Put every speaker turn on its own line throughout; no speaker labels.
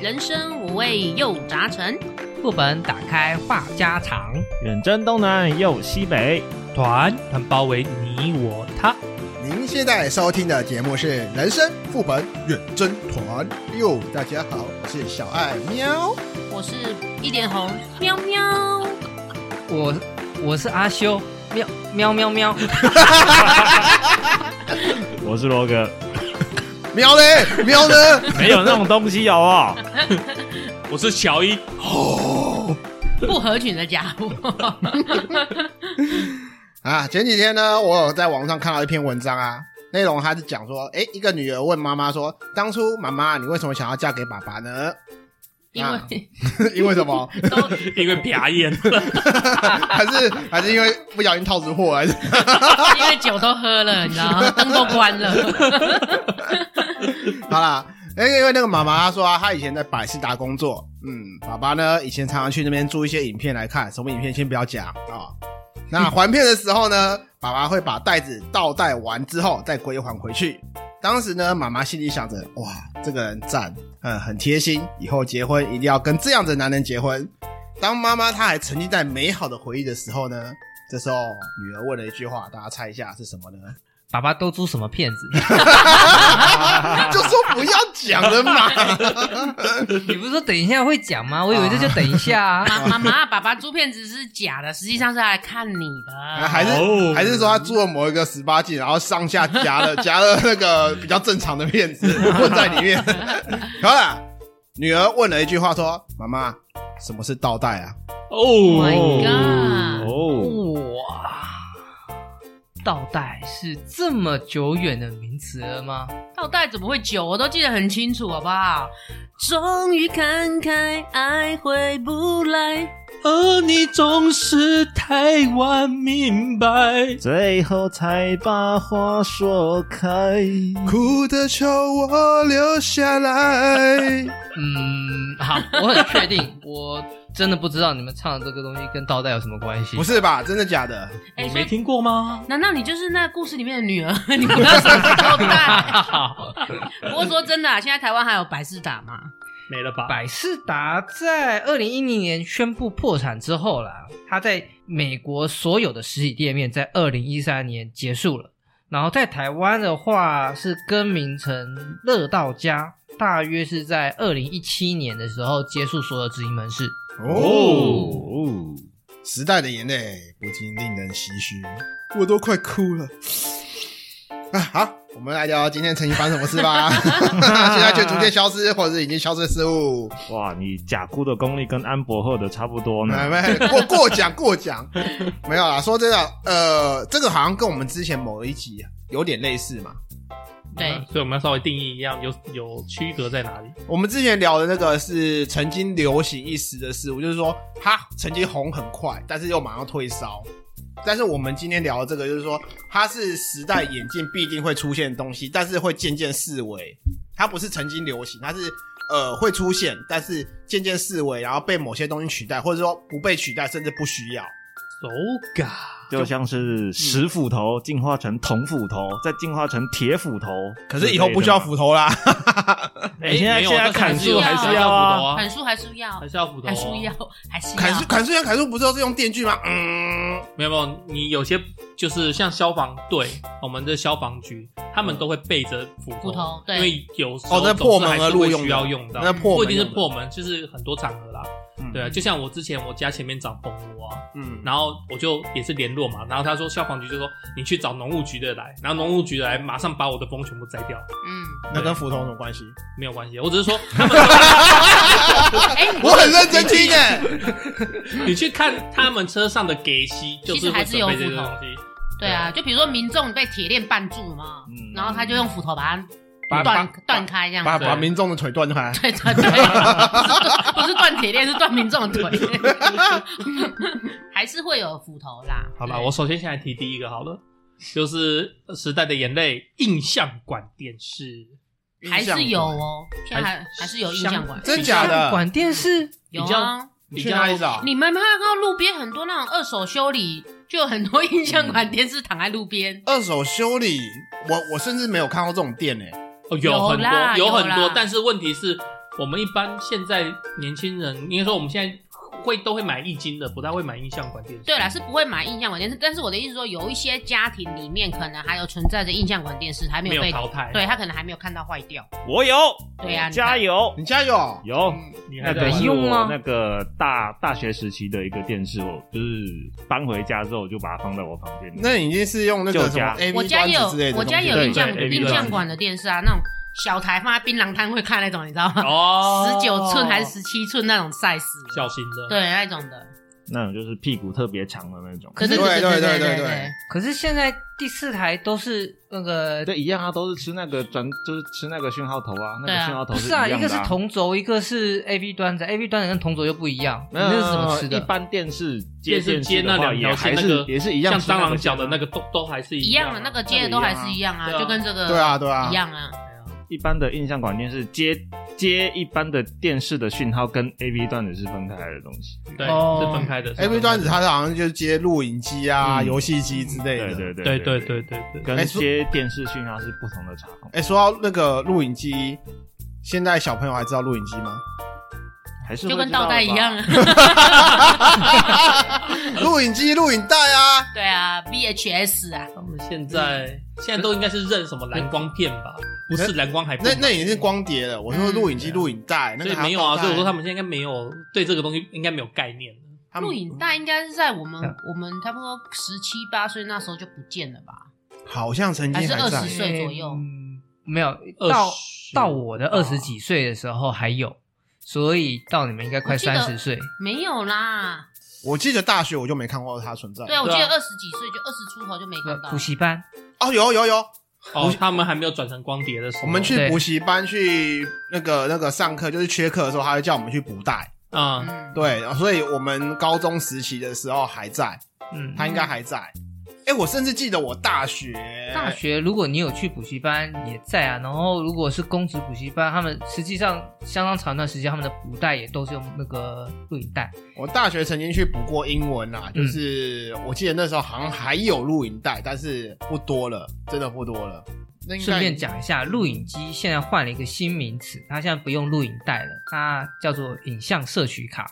人生五味又杂陈，
副本打开话家常，
远征东南又西北，
团团包围你我他。
您现在收听的节目是《人生副本远征团》。哟，大家好，我是小爱喵。
我是一点红喵喵。
我我是阿修，喵喵喵喵，
我是罗哥，
喵嘞，喵呢？
没有那种东西好不好？
我是乔伊，
哦
不合群的家 伙，
啊，前几天呢，我有在网上看到一篇文章啊，内容还是讲说，哎，一个女儿问妈妈说，当初妈妈你为什么想要嫁给爸爸呢？
因
啊
为
因为什么？
都
因为啪烟，
还是还是因为不小心套子货？还是
因为酒都喝了，你知道吗，灯都关 了，
好啦，哎，因为那个妈妈她说啊，她以前在百事达工作，嗯，爸爸呢以前常常去那边租一些影片来看，什么影片先不要讲啊、那还片的时候呢，爸爸会把袋子倒带完之后再归还回去。当时呢，妈妈心里想着，哇，这个人赞，嗯，很贴心，以后结婚一定要跟这样的男人结婚。当妈妈她还沉浸在美好的回忆的时候呢，这时候女儿问了一句话，大家猜一下是什么呢？
爸爸都租什么骗子？
就说不要讲了嘛。
你不是说等一下会讲吗？我以为这就等一下啊。
妈妈妈爸爸猪骗子是假的，实际上是来看你
啊，
的。
还是、
哦
还是说他做某一个十八禁，然后上下夹 了夹了那个比较正常的片 子混在里面。好了，女儿问了一句话说：“妈妈，什么是倒带啊
My
哦
God，Oh
哦，
哇，倒带是这么久远的名词了吗？
倒带怎么会酒？我都记得很清楚，好不好？终于看开，爱回不来。
而你总是太晚明白。
最后才把话说开。？”
哭的求我留下来。
嗯，好，我很确定，我真的不知道你们唱的这个东西跟倒带有什么关系。
不是吧？真的假的？
哎、
你
所
没
以
听过吗？
难道你就是那故事里面的女儿？ 你不要说是倒带。不过说真的、啊，现在台湾还有百事达嘛？
没了吧？
百事达在二零一零年宣布破产之后啦，它在美国所有的实体店面在二零一三年结束了，然后在台湾的话是更名成乐道家，大约是在二零一七年的时候结束所有直营门市。
哦，
哦，
时代的眼泪不禁令人唏嘘，我都快哭了。啊，好，我们来聊聊今天曾经发生什么事吧。 现在却逐渐消失，或者是已经消失的事物。
哇，你假哭的功力跟安博赫的差不多呢。
没没哎过过奖 过奖，没有啦。说真的，呃，这个好像跟我们之前某一集有点类似嘛。
对，
所以我们要稍微定义一样，有有区隔在哪里？
我们之前聊的那个是曾经流行一时的事物，就是说它曾经红很快，但是又马上退烧。但是我们今天聊的这个，就是说它是时代演进必定会出现的东西，但是会渐渐式微。它不是曾经流行，它是呃会出现，但是渐渐式微，然后被某些东西取代，或者说不被取代，甚至不需要。
手感
就像是石斧头进化成铜斧头，再进化成铁斧头，
可是以后不需要
之类
斧头啦。
的嘛。哎，现在现在砍
是
树还
还是
是
要
要啊，
砍树还是要
还，是要斧头、
砍树要，还是
砍
要
树。砍树人砍树不是都是用电锯吗？嗯，
没有没有，你有些就是像消防队，我们的消防局，他们都会备着斧头，
斧头对
因为有时
哦
候
那破门而入
总是还是
用
会
的
需要用到，
那破门
不一定是
用的
破门，就是很多场合啦。
嗯
对啊，就像我之前我家前面长蜂窝啊，
嗯，
然后我就也是联络嘛，然后他说消防局就说你去找农务局的来，然后农务局的来马上把我的蜂全部摘掉，
嗯，
那跟斧头有什么关系？
没有关系，我只是说
哎、
我很认 真听欸诶。
你去看他们车上的给息，就
其实
是
还
会
是有
准备这些
斧头
东西，
对啊，就比如说民众被铁链绊住嘛，
嗯
然后他就用斧头把它
把
断
把
断开这样
把
子。
对
把民众的腿断开。
对对对， 不是不是断铁链，是断民众的腿， 还是会有斧头啦。
好吧，我首先先来提第一个好了，就是《时代的眼泪》印象馆电视，
还是有哦，现在
还
还还是有印象馆，
真假
像
的？
管电视
有
比较
啊。
你去哪里找？
你们有没有看到路边很多那种二手修理，就有很多印象馆电视躺在路边。
二手修理，我我甚至没有看过这种店诶。欸
哦，
有
很多
啦，有
有很
啦
多，但是问题是我们一般现在年轻人，应该说我们现在会都会买易经的，不太会买印象馆电视。
对啦，是不会买印象馆电视，但是我的意思说，有一些家庭里面可能还有存在着印象馆电视，还没
没
有
有
被
淘汰。
对，他可能还没有看到坏掉。
我有，
对啊，你看
加！油，
你家有哦
有。
你
那
还
个
在
能
是
玩
用吗
我那个大大学时期的一个电视，我就是搬回家之后我就把它放在我房间里。
那你已经是用那个什
旧
么
家
A
我
V
家
端
也有
子之类，的
我
东西？
家也有印象
对
印象馆的电视啊，那种小台放在槟榔摊会看那种，你知道吗？
哦，
十九寸还是十七寸那种 size，
小型的？
对那种的。
那种就是屁股特别长的那种。
可是
对
对对
对对对
对，
可是现在第四台都是那个
对，一样啊，都是吃那个转，就是吃那个讯号头啊，那
对
个
啊
讯号头
不是
一样
啊，
的、
一个是同轴，一个是 A B 端子，A B 端子跟同轴又不一样，你
没有，
那
没
是
有
什么吃
没有
的？
一般电视
电视
接
接
电
那
的话
两条
也还
线，那
是
个
也是一样，
像蟑螂脚的那。个都都还是
一
样
样
啊
的那个接的都还是一样啊，
对啊
就跟这个
对啊对啊
一样啊。
一般的印象管电视接接一般的电视的讯号跟 A V 段子是分开的东西。
对
哦
是分开的。是
A
分
V
开
端
的
子，它好像就是接录影机啊、
嗯
游戏机之
对
类的。
对对
对对
对
对，对对。
跟
哎说
接电视讯号是不同的插孔。
哎，说到那个录影机，现在小朋友还知道录影机吗？
还是
就
会
跟
知道
倒带一
吧
样。啊，
录影机、录影带啊，
对啊，VHS 啊，
他们现在现在都应该是认什么蓝光片吧？不是蓝光还不
那那也是光碟
嗯
的。我说录影机、录影带，那
所
个
以
还
没有啊，
要
所以我说
放
他们现在应该没有对这个东西应该没有概念。
他们
录影带应该是在我们
嗯
我们差不多十七八岁那时候就不见了吧？
好像曾
还
经
是
在
20岁左右
嗯没有
20
到到
哦
我的二十几岁的时候还有，所以到你们应该快
我记得
三十岁。
没有啦，
我记得大学我就没看过它存在。
对啊，我
对
记
啊
得二十几岁就二十出头就没看
那
到
补。习班，
哦，有有有，
哦，他们还没有转成光碟的时候，
我们去
对
补习班去那个那个上课，就是缺课的时候，他会叫我们去补带。
啊，
嗯，
对，所以我们高中时期的时候还在，
嗯，
他应该还在。
嗯
哎，我甚至记得我大学
大学如果你有去补习班也在啊，然后如果是公职补习班，他们实际上相当长一段时间他们的补带也都是用那个录影带。
我大学曾经去补过英文啦，
嗯
就是我记得那时候好像还有录影带，但是不多了，真的不多了。那应该
顺便讲一下，录影机现在换了一个新名词，它现在不用录影带了，它叫做影像摄取卡，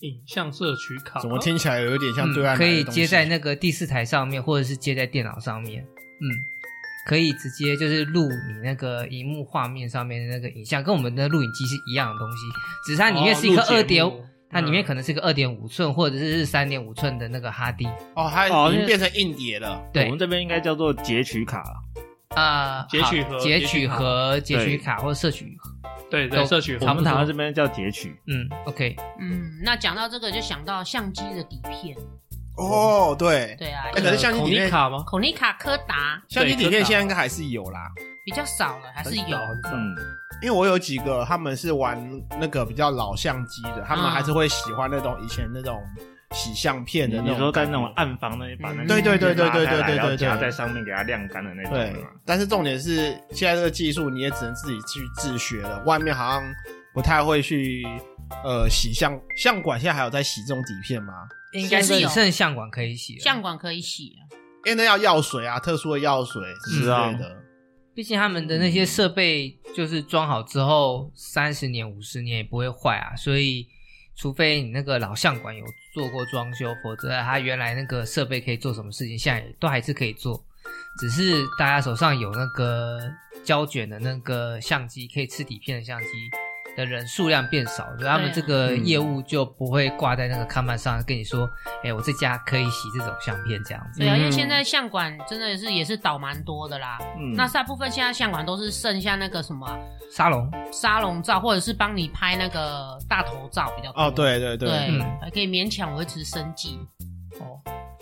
影像摄取卡哦
怎么听起来有点像对岸、
嗯、可以接在。那个第四台上面，或者是接在电脑上面，嗯，可以直接就是录你那个荧幕画面上面的那个影像，跟我们的录影机是一样的东西，只是它
它
里面是一个二点、
嗯
它里面
能
可能是个二点五寸或者是三点五寸的那个哈迪，
哦，它
哦那
已经
个
变成硬碟了。
我
对
们这边应该叫做截取卡啦，
啊，
截取盒
好
截
截
取
取
卡
盒、截取
对
卡或者摄取盒，
嗯对对
都
摄取
我
卡
差不
们
多
台湾这边叫截取。
嗯，OK，
嗯，那讲到这个就想到相机的底片，
哦，对，
对啊，
哎可是相机
孔
里
尼
面
卡吗？
孔尼卡柯达
相机
对
底片
柯达
现在应该还是有啦，
比较少了，还是
很
有
少很少
嗯，
因为我有几个他们是玩那个比较老相机的，他们
嗯
还是会喜欢那种以前那种洗相片的
你
嗯那种
你
感
说在那
觉。
种暗房那里把那个
对对
对对
拉开
对
来
对对
然后
对
夹
对
在上面给它晾干的那种的
对
嘛。，
但是重点是现在这个技术你也只能自己去自学了，外面好像不太会去呃洗相相馆，现在还有在洗这种底片吗？
应该
是
只
有
剩相馆可以洗了，
相馆可以洗啊，
因为那要药水啊，特殊的药水之
是啊
类的。
毕竟他们的那些设备就是装好之后三十年、五十年也不会坏啊，所以除非你那个老相馆有做过装修，否则它原来那个设备可以做什么事情，现在也都还是可以做，只是大家手上有那个胶卷的那个相机，可以吃底片的相机。的人数量变少，所以他们这个
对啊嗯
业务就不会挂在那个看板上，跟你说，哎、我这家可以洗这种相片这样子。
对啊，因为
嗯
现在相馆真的是也是倒蛮多的啦。
嗯，
哦
那大部分现在相馆都是剩下那个什么啊
沙龙，
沙龙照，或者是帮你拍那个大头照比较多。
哦，对对对，
对
嗯，
还可以勉强维持生计。
哦，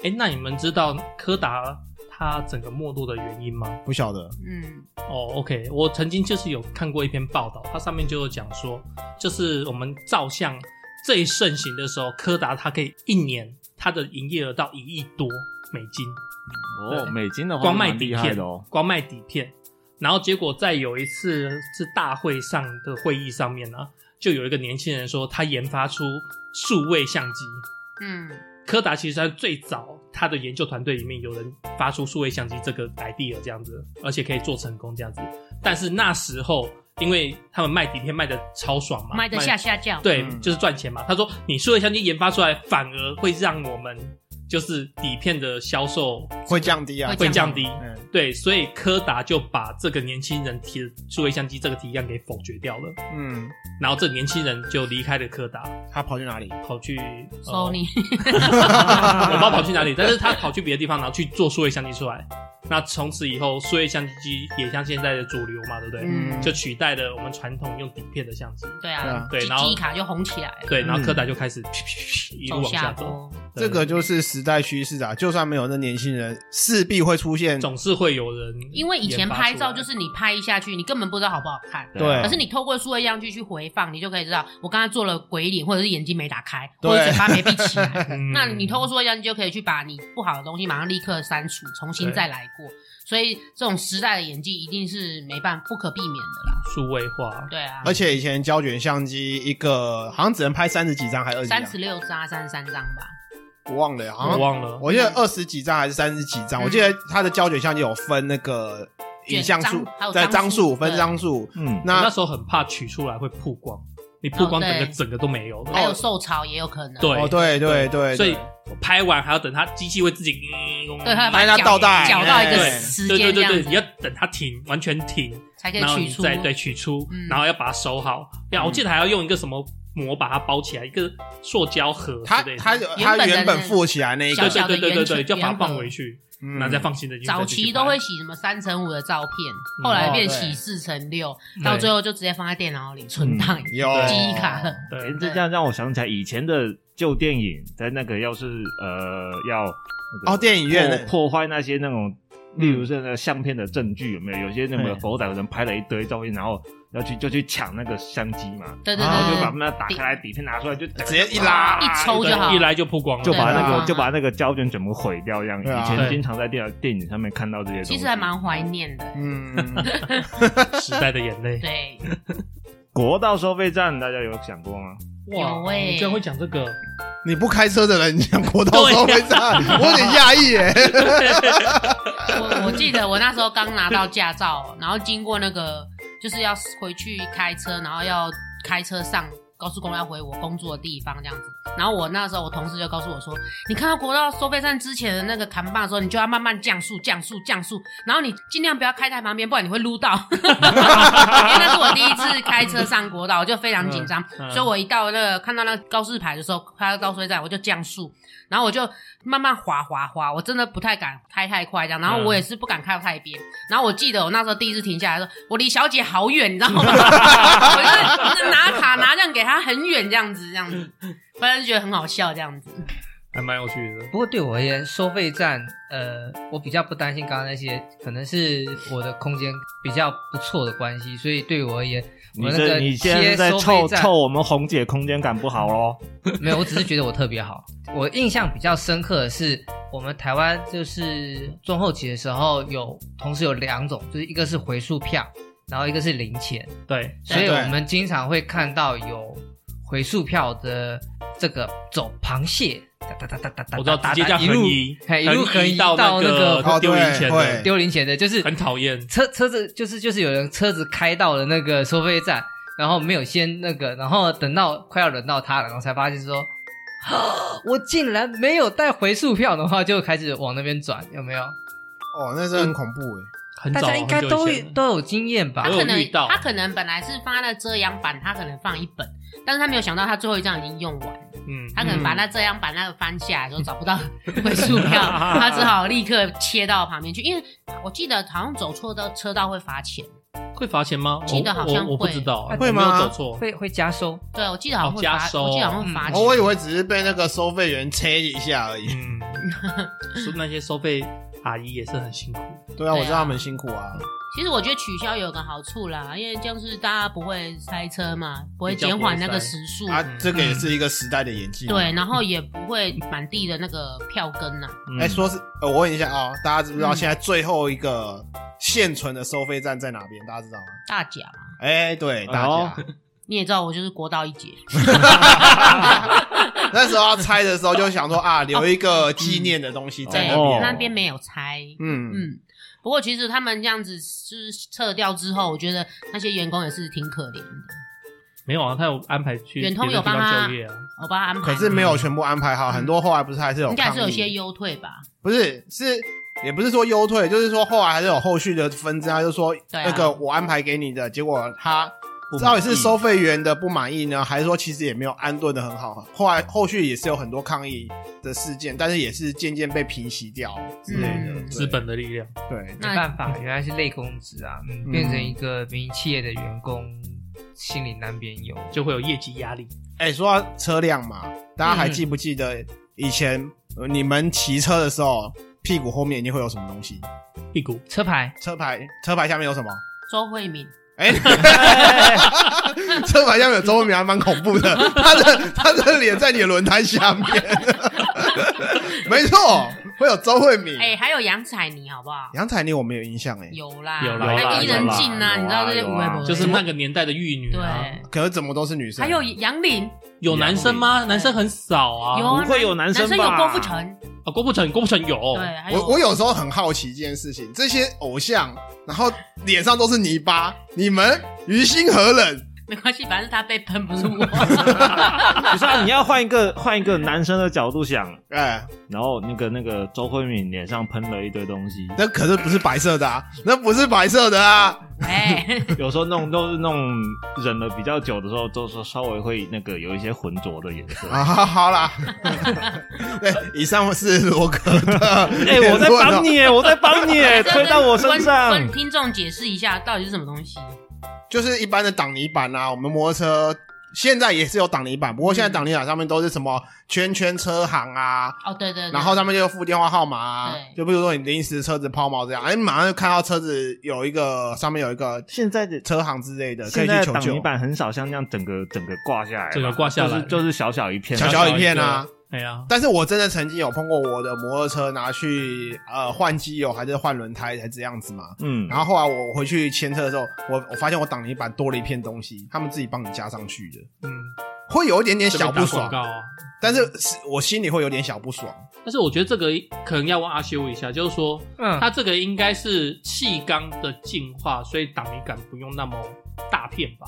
哎，那你们知道柯达它整个没落的原因吗？
不晓得
嗯，
哦，OK，我曾经就是有看过一篇报道，它上面就有讲说，就是我们照相最盛行的时候，柯达它可以一年它的营业额到一亿多美金，
哦，美金的话
光卖
蛮
底
厉害
片
的哦，
光卖底片。然后结果在有一次是大会上的会议上面呢、就有一个年轻人说他研发出数位相机。
嗯，
柯达其实它最早它的研究团队里面有人发出数位相机这个 idea 这样子，而且可以做成功这样子。但是那时候因为他们卖底片卖的超爽嘛，
卖的下下叫，
对，
嗯
就是赚钱嘛。他说，你数位相机研发出来，反而会让我们就是底片的销售
会降低啊，
会
降
降低。
嗯，
对，所以柯达就把这个年轻人提的数位相机这个提案给否决掉了，
嗯，
然后这年轻人就离开了柯达，
他跑去哪里？
跑去呃
Sony
啊
我不知道跑去哪里，但是他跑去别的地方，然后去做数位相机出来。那从此以后，数位相机也像现在的主流嘛，对不对？
嗯
就取代了我们传统用底片的相机。
对
对啊
啊，
对
记
然后
记忆卡就红起来了，
对，然后
嗯
柯达就开始噗噗噗一路
走
往下走，
坡。
对
这个就是时代趋势啊，就算没有那年轻人，势必会出现。
总是会有人，
因为以前拍照就。是你拍一下去，你根本不知道好不好看。
对
啊
可是你透过数位样具去回放，你就可以知道我刚才做了鬼脸，或者是眼睛没打开，
对
或者嘴巴没闭起来。
嗯
那你透过数位样具就可以去把你不好的东西马上立刻删除，重新
对
再来过。所以这种时代的演技一定是没办不可避免的啦。
数位化，
对啊，
而且以前胶卷相机一个好像只能拍三十几张，还二十
三十六张、三十三张吧。
我忘了，好
我
像
忘了，
啊我记得二十几张还是三十几张，
嗯
我记得它的胶卷相机有分那个
卷
影像数
张还有，
在
张
张
数
数分
对
张数。
嗯，
我那
那
时候很怕取出来会曝光，你曝光
哦
整
对
个整个都没有了。
还有受潮也有可能。
哦对
哦，对对对，
所以
对
我拍完还要等它机器会自己，嗯
对，它会把
拍到
搅
倒带
搅到一个
对
时
对对
间这
对
样
对，你要
子，
等它停，完全停，
才可以
然后
取
你
出。
再对取出
嗯，
然后要把它收好。啊呀，我记得还要用一个什么膜把它包起来，一个塑胶盒
它
之类的。
它它
原本的
原本
那
附起来那一
小
个
对
小，
对对对对对，
圆
就把它
圆
放
盒
回去，
嗯
然后再放新的进去。
早
再继
期
续
都
拍
会洗什么三乘五的照片，
嗯
后来变
哦对
洗四乘六，
对嗯
到最后就直接放在电脑里存档记
有
忆卡了。
哎、
对
这这样让我想起来以前的旧电影，在那个要是呃要那个
哦，电影院
破
的
破坏那些那种，例如是那个相片的证据有没有？有些那个
嗯
狗仔有人拍了一堆照片，然后要去就去抢那个相机嘛，
对对
然后
对
就把
对
那打开来底片拿出来，就直
直接一拉
一抽就好
一来就曝光了，
就把那
对
个
啊
就把那个胶卷全部毁掉一样。
对啊
以前经常在电电影上面看到这些东西，
对，其实还蛮怀念的。
嗯，
时代的眼泪。
对，
国道收费站，大家有想过吗？
有欸
你居然会讲这 个，
你不开车的人，你讲国道收费站，我有点讶异耶。
我我记得我那时候刚拿到驾照，然后经过那个就是要回去开车，然后要开车上高速公路要回我工作的地方这样子。然后我那时候我同事就告诉我说，你看到国道收费站之前的那个扛把的时候，你就要慢慢降速、降速、降速，然后你尽量不要开在旁边，不然你会撸到。 因为那是我第一次开车上国道，我就非常紧张，
嗯嗯
所以我一到那个看到那个告示牌的时候，开到高速站我就降速，然后我就慢慢滑滑滑，我真的不太敢开太快这样，然后
嗯
我也是不敢开到太边。然后我记得我那时候第一次停下来的时候，我离小姐好远，你知道吗？ 我就是拿卡拿这样给她很远这样子，这样子，反正觉得很好笑这样子。
还蛮有趣的。
不过对我而言，收费站，呃，我比较不担心刚刚那些，可能是我的空间比较不错的关系，所以对我而言，
你
我那个
这你现在
贴
是在
收
臭
费站
臭我们红姐空间感不好咯。
没有，我只是觉得我特别好。我印象比较深刻的是，我们台湾就是中后期的时候有同时有两种，就是一个是回数票，然后一个是零钱，
对，
所以
对
我们经常会看到有回数票的这个走螃蟹，哒哒哒哒哒哒，
我知道
哒
直接这样
一路
横移，
嘿一路横
移
移到
那
那个
个丢零钱
哦对
的
会，
丢零钱的，就是
很讨厌。
车车子就是就是有人车子开到了那个收费站，然后没有先那个，然后等到快要轮到他了，然后才发现说，啊我竟然没有带回数票的话，就开始往那边转，有没有？
哦，那是很恐怖哎。
很
大
早
家应该都
很久以前了
都有经验吧
他
我？有
可
遇
能
到
他可能本来是放在那遮阳板，他可能放一本，但是他没有想到他最后一张已经用完了，
嗯，
他可能把那遮阳板那个翻下来之后找不到 回数票， 他只好立刻切到旁边去，因为我记得好像走错的车道会罚钱。
会罚钱吗？
记得
我
好像
我我不
会
知道，啊
会吗
我没有走错，
会会加收，
对，我记得好像会
哦
罚，
加收
我记得好像会罚
嗯
钱。
哦我以为只是被那个收费员切一下而已。啊
嗯，说那些收费阿姨也是很辛苦。
对啊，我知道他们辛苦啊。
其实我觉得取消有个好处啦，因为这样是大家不会塞车嘛，不会
比较不
减
会
缓那个
塞
时
嗯
速，
啊，这个也是一个时代的演技。
对，，然后也不会满地的那个票根呐、
嗯
哎，说是，呃我问一下啊，大家知不知道现在最后一个现存的收费站在哪边？大家知道吗？
大甲啊嘛，
哎，对，大
哦
家
哦
你也知道我就是国道一姐，
那时候要拆的时候就想说 啊，留一个纪念的东西在
对
那
哦，
那
边。
边没有拆。
嗯，
嗯，不过其实他们这样子就是撤掉之后，我觉得那些员工也是挺可怜的。
没有啊，他有安排去
远通
别的
有
地
帮
方
他
就业啊，
我帮他安排，
可是没有全部安排好，很多后来不是嗯还是有
应该还是有
抗议
些优退吧？
不是是。也不是说优退，就是说后来还是有后续的纷争啊，就是说
对啊
那个我安排给你的，结果他
不满意
到底是收费员的不满意呢，还是说其实也没有安顿的很好？后来后续也是有很多抗议的事件，但是也是渐渐被平息掉之类的。
嗯
对
资本的力量。
对，
没办法，原来是类公职啊，嗯，变成一个民营企业的员工，心里难免有。
就会有业绩压力。
哎、说到车辆嘛，大家还记不记得以前、呃你们骑车的时候，屁股后面一定会有什么东西？
屁股
车牌
车牌，车牌下面有什么？
周慧敏，
哎、 车牌下面有周慧敏还蛮恐怖的，他的他的脸在你的轮胎 下面，没错，会有周慧敏。
哎、还有杨采妮，好不好？
杨采妮我没有印象哎、
有啦，
有啦
那个伊
有啦
能静啊，
有啦
你知道这些无微博，
就是那个年代的玉女、啊，
对，
可是怎么都是女生？
还有杨林，
有男生吗？男生很少啊。
有啊
不会有男
男
生吧哦
生有郭富城，
啊，郭富城，郭富城有。
对，还
我我有时候很好奇一件事情，这些偶像，然后脸上都是泥巴，你们于心何忍？
没关系，反正是他被喷，不是 我。
不是啊，你要换一个换一个男生的角度想，
哎，
然后那个那个周慧敏脸上喷了一堆东 西，
那可是不是白色的啊，那不是白色的啊，
哎，
有时候弄都是弄忍了比较久的时候，都说稍微会那个有一些浑浊的颜色。，
啊，好好啦， 对，以上是罗哥的
哎、我在帮，你，我在帮你， 推到我身上。
跟听众解释一下，到底是什么东西？
就是一般的挡泥板啊，我们摩托车。现在也是有挡泥板，不过现在挡泥板上面都是什么圈圈车行啊，
哦，对对对，
然后上面就附电话号码、啊，
对
就比如说你临时车子抛锚这样，哎，马上就看到车子有一个上面有一个
现在的
车行之类的，可
现
以
在的
去求
挡泥
救。
板很少像这样整个整个挂下来吧，
整个挂下来
就是就是小小一片，
小小一片啊！
哎呀，
但是我真的曾经有碰过我的摩托车拿去呃换机油还是换轮胎才这样子嘛。
嗯，
然后后来我回去牵车的时候，我我发现我挡泥板多了一片东西，他们自己帮你加上去的，
嗯，
会有一点点
这边
小
打
不爽
广，告啊。
但是是我心里会有点小不爽。
但是我觉得这个可能要问阿修一下，就是说，
嗯
它这个应该是气缸的进化，所以挡泥感不用那么大片吧？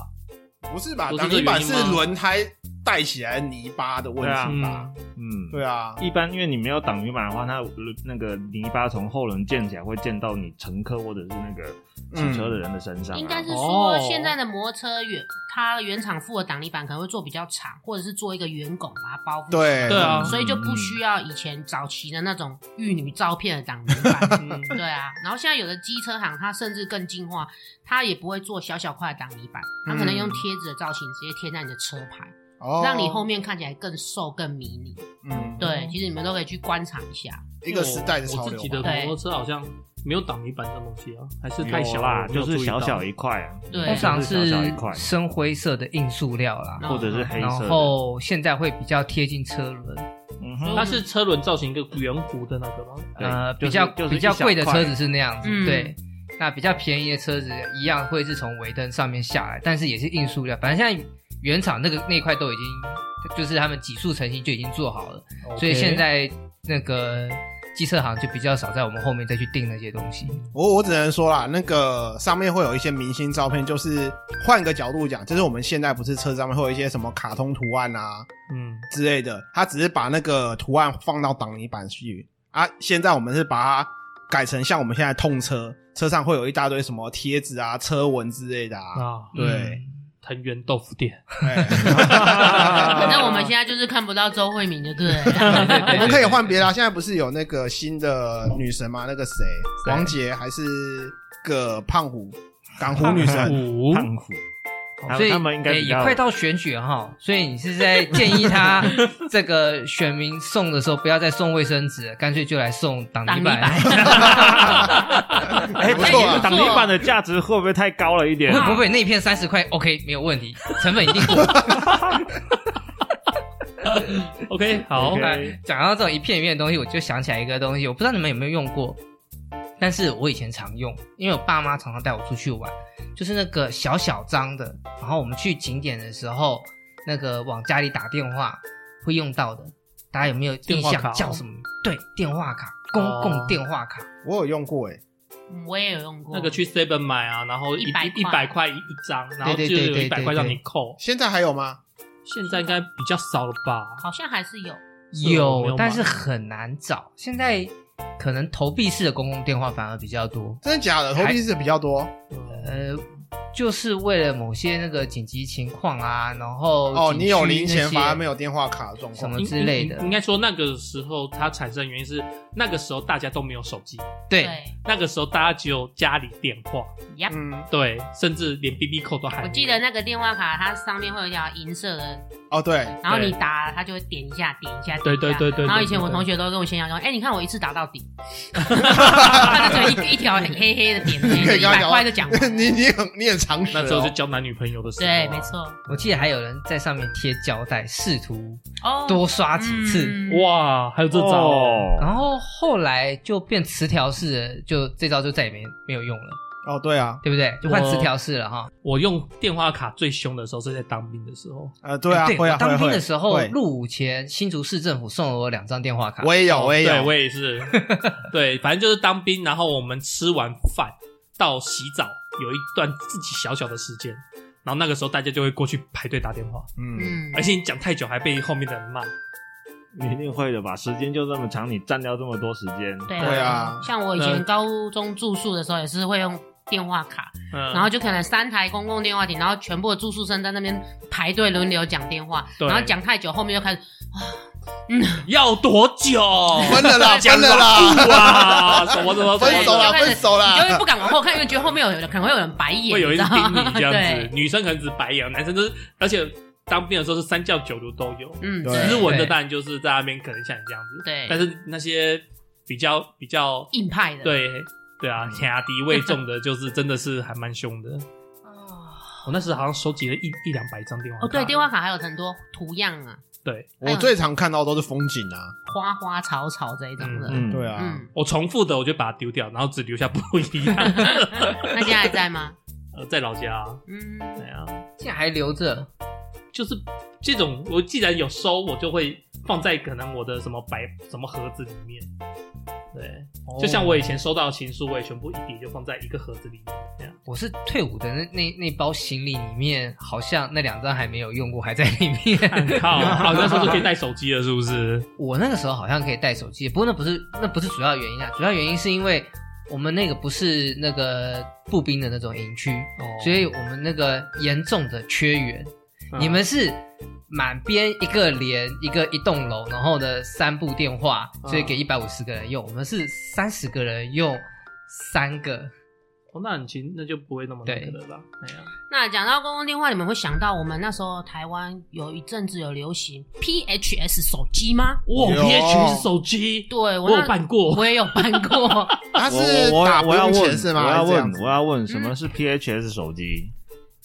不是吧？
不是
挡
这
泥板
原
是
因吗
轮胎带起来的泥巴的问题吧？
嗯，
嗯，
对啊，
一般因为你没有挡泥板的话，它那个泥巴从后轮溅起来，会溅到你乘客或者是那个
嗯
骑车的人的身上、啊
应该是
哦
说现在的摩托车原它原厂附的挡泥板可能会做比较长，或者是做一个圆拱把它包覆。。
对
对啊
所以就不需要以前早期的那种玉女照片的挡泥 板，
嗯
对啊。然后现在有的机车行，它甚至更进化，它也不会做小小块的挡泥板，它可能
嗯
用贴纸的造型直接贴在你的车牌，
哦
让你后面看起来更瘦、更迷你。
嗯
哦
对，其实你们都可以去观察一下。
一个时代的
我
潮
我自
流
己
吧
的摩托车好像没有挡泥板这种东西啊，还是太
太
小
小
了
啦，，
我没有
就是
注意
小
到
小一块啊，
对
通常
就是小小一
是
块，
深灰色的硬塑料啦，
啊
嗯
或者是黑
然
色的。
后现在会比较贴近车轮，
嗯哼，
它是车轮造型一个圆弧的那个吗？哎
对
呃，
就是
比较
就是
比较贵的车子
一小块
是那样子，
嗯
对。那比较便宜的车子一样会是从尾灯上面下来，但是也是硬塑料。反正现在原厂那个那一块都已经，就是他们几速成型就已经做好了所以现在那个机车行就比较少在我们后面再去订那些东西。
我我只能说啦，那个上面会有一些明星照片，就是换个角度讲，就是我们现在不是车上面会有一些什么卡通图案啊
嗯，
之类的，他只是把那个图案放到挡泥板去啊。现在我们是把它改成像我们现在痛车，车上会有一大堆什么贴纸啊、车纹之类的啊。
啊，
对，
藤原豆腐店，
哎
反正我们现在就是看不到周慧敏，就对 了。
对对
我们可以换别的、啊，现在不是有那个新的女神吗？那个谁，
谁
王杰还是个胖虎港湖女神？
五
胖虎，
哦
他
所以
他们应该
诶
比
也
哎
较
快到选举了哈，所以你是在建议 他这个选民送的时候不要再送卫生纸，干脆就来送挡泥板。
挡
哎，
不错啊
挡泥板的价值会不会太高了一点啊
不？会不会，那一片三十块，OK，没有问题，成本一定够。
OK，好
OK
哎讲到这种一片一片的东西，我就想起来一个东西，我不知道你们有没有用过，但是我以前常用，因为我爸妈常常带我出去玩，就是那个小小张的，然后我们去景点的时候，那个往家里打电话，会用到的，大家有没有
电
印
话
象
卡哦
叫什么？对，电话卡，公
哦
共电话卡。
我有用过哎、
嗯我也有用过
那个去 Seven 买啊，然后一
100
一百块一一张，然后就
对对
有
对
一百
对
块
对
让你扣。
现在还有吗？
现在应该比较少了吧？
好像还是有，
哦
是我没
有
有，
但
买
是很难找。现在可能投币式的公共电话反而比较多，
真的假的？投币式比较多
嗯
呃，就是为了某些那个紧急情况啊，然后
哦。
景
你有
区
零钱，
那些
反而没有电话卡的状
什
况
么。
应
之类的
应应该说那个时候它产生的原因是那个时候大家都没有手机，
对，
对，
那个时候大家只有家里电话，
呀、
嗯，
对，甚至连 BB 扣都还没
我
有。
记得那个电话卡，它上面会有一条银色的，
哦对，
然后你打，它就会点一下，点一下，点一下
对对对对对
然后以前我
对对
同学都跟我炫耀说：“哎、你看我一次打到 底，他就只有一一条黑黑的点，
你可以
一
跟他
百
讲
块就讲完了。
你你很你很常识、哦。
那时候就交男女朋友的时候、啊
对，没。错，
我记得还有人在上面贴胶带，试图
哦，
多刷几次。
嗯，
哇，还有这招哦！
哦
然后后来就变磁条式的，就这招就再也没没有用了，
哦对啊，
对不对？就换
我
磁条式了哈。
我用电话卡最凶的时候是在当兵的时候，
呃对啊，
哎对，
会啊
我当
会
兵
会
的时候
会
入伍前，新竹市政府送了我两张电话卡。
我也有，我也
哦对
有，
我 也是，对，反正就是当兵，然后我们吃完饭到洗澡有一段自己小小的时间，然后那个时候大家就会过去排队打电话，
嗯，
嗯
而，且你讲太久还被后面的人骂，
你一定会的吧？时间就这么长，你占掉这么多时间，
对
对啊
像我以
那
前高中住宿的时候也是会用电话卡，
嗯，
然后就可能三台公共电话亭，然后全部的住宿生在那边排队轮流讲电话，
对
然后讲太久，后面就开始
嗯要多久？
分了啦，
讲
分了啦，
哇，什么什么什么
分手
了
啦，
就开始
分手
你就会
啦
不。敢往后看，因为觉得后面有 人可能会有人白眼，
会有人
知
盯
道吗
你这样子
对，，
女生可能只白眼，男生就是，而且当兵的时候是三教九流都有，
嗯，
对
只是
是
文的
对
当然就是在那边可能像你这样子，
对
但是那些比较比较
硬派的，，嗯
对对啊，卡敌未中的就是真的是还蛮 凶的。我那时好像收集了一一两百张电话卡，
哦，对，电
话
话卡还有很多图样啊，
对，
我最常看到都是风景啊，
花花草草这一种的，
嗯，
对啊，
嗯，
我重复的我就把它丢掉，然后只留下不一样。
嗯
嗯
那现在还在吗？
呃，在老家，
嗯，
对啊，
竟然还留着，
就是这种，我既然有收，我就会放在可能我的什么白什么盒子里面。对，
哦
就像
哦
我以前收到的情书，我也全部一叠就放在一个盒子里面。这样，
我是退伍的那那那包行李里面，好像那两张还没有用过，还在里
看
面。
靠，啊好，那时候就可以带手机了，是不
哦
是？
我那个时候好像可以带手机，不过那不是那不是主要原因啊，主要原因是因为我们那个不是那个步兵的那种营区，
哦
所以我们那个严重的缺员。
嗯
你们是满编一个连一个一栋楼，然后呢三部电话，
嗯
所以给一百五十个人用。我们是三十个人用三个，
哦，那你其实那就不会那么那个了啦。哎呀，
那讲到公共电话，你们会想到我们那时候台湾有一阵子有流行 PHS 手机吗？
哇
有啊
，PHS 手机，
对
我
那
有办过，
我也有办过。
他
我
是
我
打
我我要
不钱
问，
是
我
吗？
要
还是这样
问
子，嗯
我要问，什么是 PHS 手机？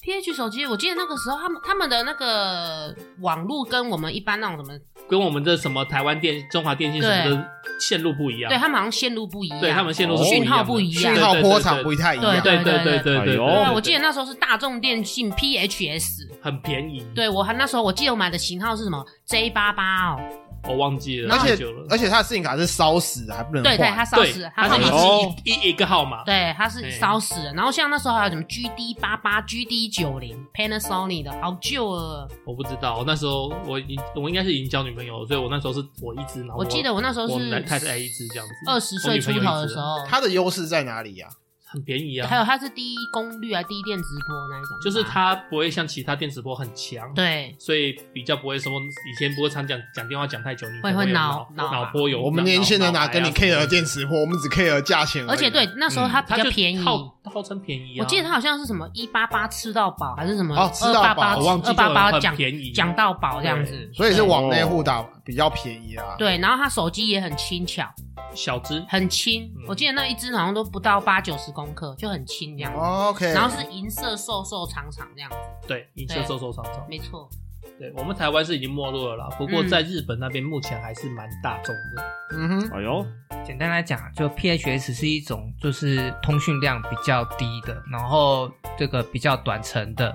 PH 手机，我记得那个时候他们他们的那个网络跟我们一般那种什么，
跟我们这什么台湾电、中华电信什么的线路不一样。
对他们好像线路不一样，
对他们线路
是不一样的
讯号不一样
讯。号波长不
一
太一
对
样。
对对对对对，
哎呦
对
对
啊，我记得那时候是大众电信 PHS，
很便宜，
对我还那时候我记得我买的型号是什么 J 八八哦，
我忘记了，
而
太
且
久了
而且他的信用卡是烧死的，还不能
对对，
换
它。烧
对
死了，，它
它
号
是
码
哎呦
哦
一一一个号码，
对，它
哎
是烧死了。然后像那时候还有什么 GD 八八、GD 九零、Panasonic 的，好旧哦了。
我不知道，我那时候我已经我应该是已经交女朋友了，所以我那时候是我一只，然后
我记得我那时候
我来太
是
太一只这样子，
二十岁出头的时
我
候，
它的优势在哪里啊呀？
很便宜
还
啊，
有它是低功率啊、低电直播那一种，
就是它不会像其他电磁波很强，，
对
所以比较不会什么以前不会常讲讲电话讲太久，
会
你可能
会
有
脑
脑
脑麻
波有，
我们年轻人哪
啊
跟你 care
电，
电磁波？我们只 care 价钱已。啊
而且对，那时候它比
它
较
嗯就
便宜。
号号称便宜啊，
我记得它好像是什么一八八吃到饱，还是什么
哦吃
二
到
八
饱
八
我忘记
二八
了
八
很
讲
便宜啊
讲到饱这样子，
所以是
对
往
哦
内互打比较便宜啊。，
对。然后它手机也很轻巧，
小只，
很轻
嗯。
我记得那一只好像都不到八九十公克，就很轻这样子。
，OK。
然后是银色瘦瘦长长这样子，
对，银色
对
瘦瘦长长，
没嗯错。
对我们台湾是已经没落了啦，不过在日本那边目前还是蛮大众的，
嗯哼，
哎呦，
简单来讲，就 PHS 是一种就是通讯量比较低的，然后这个比较短程的，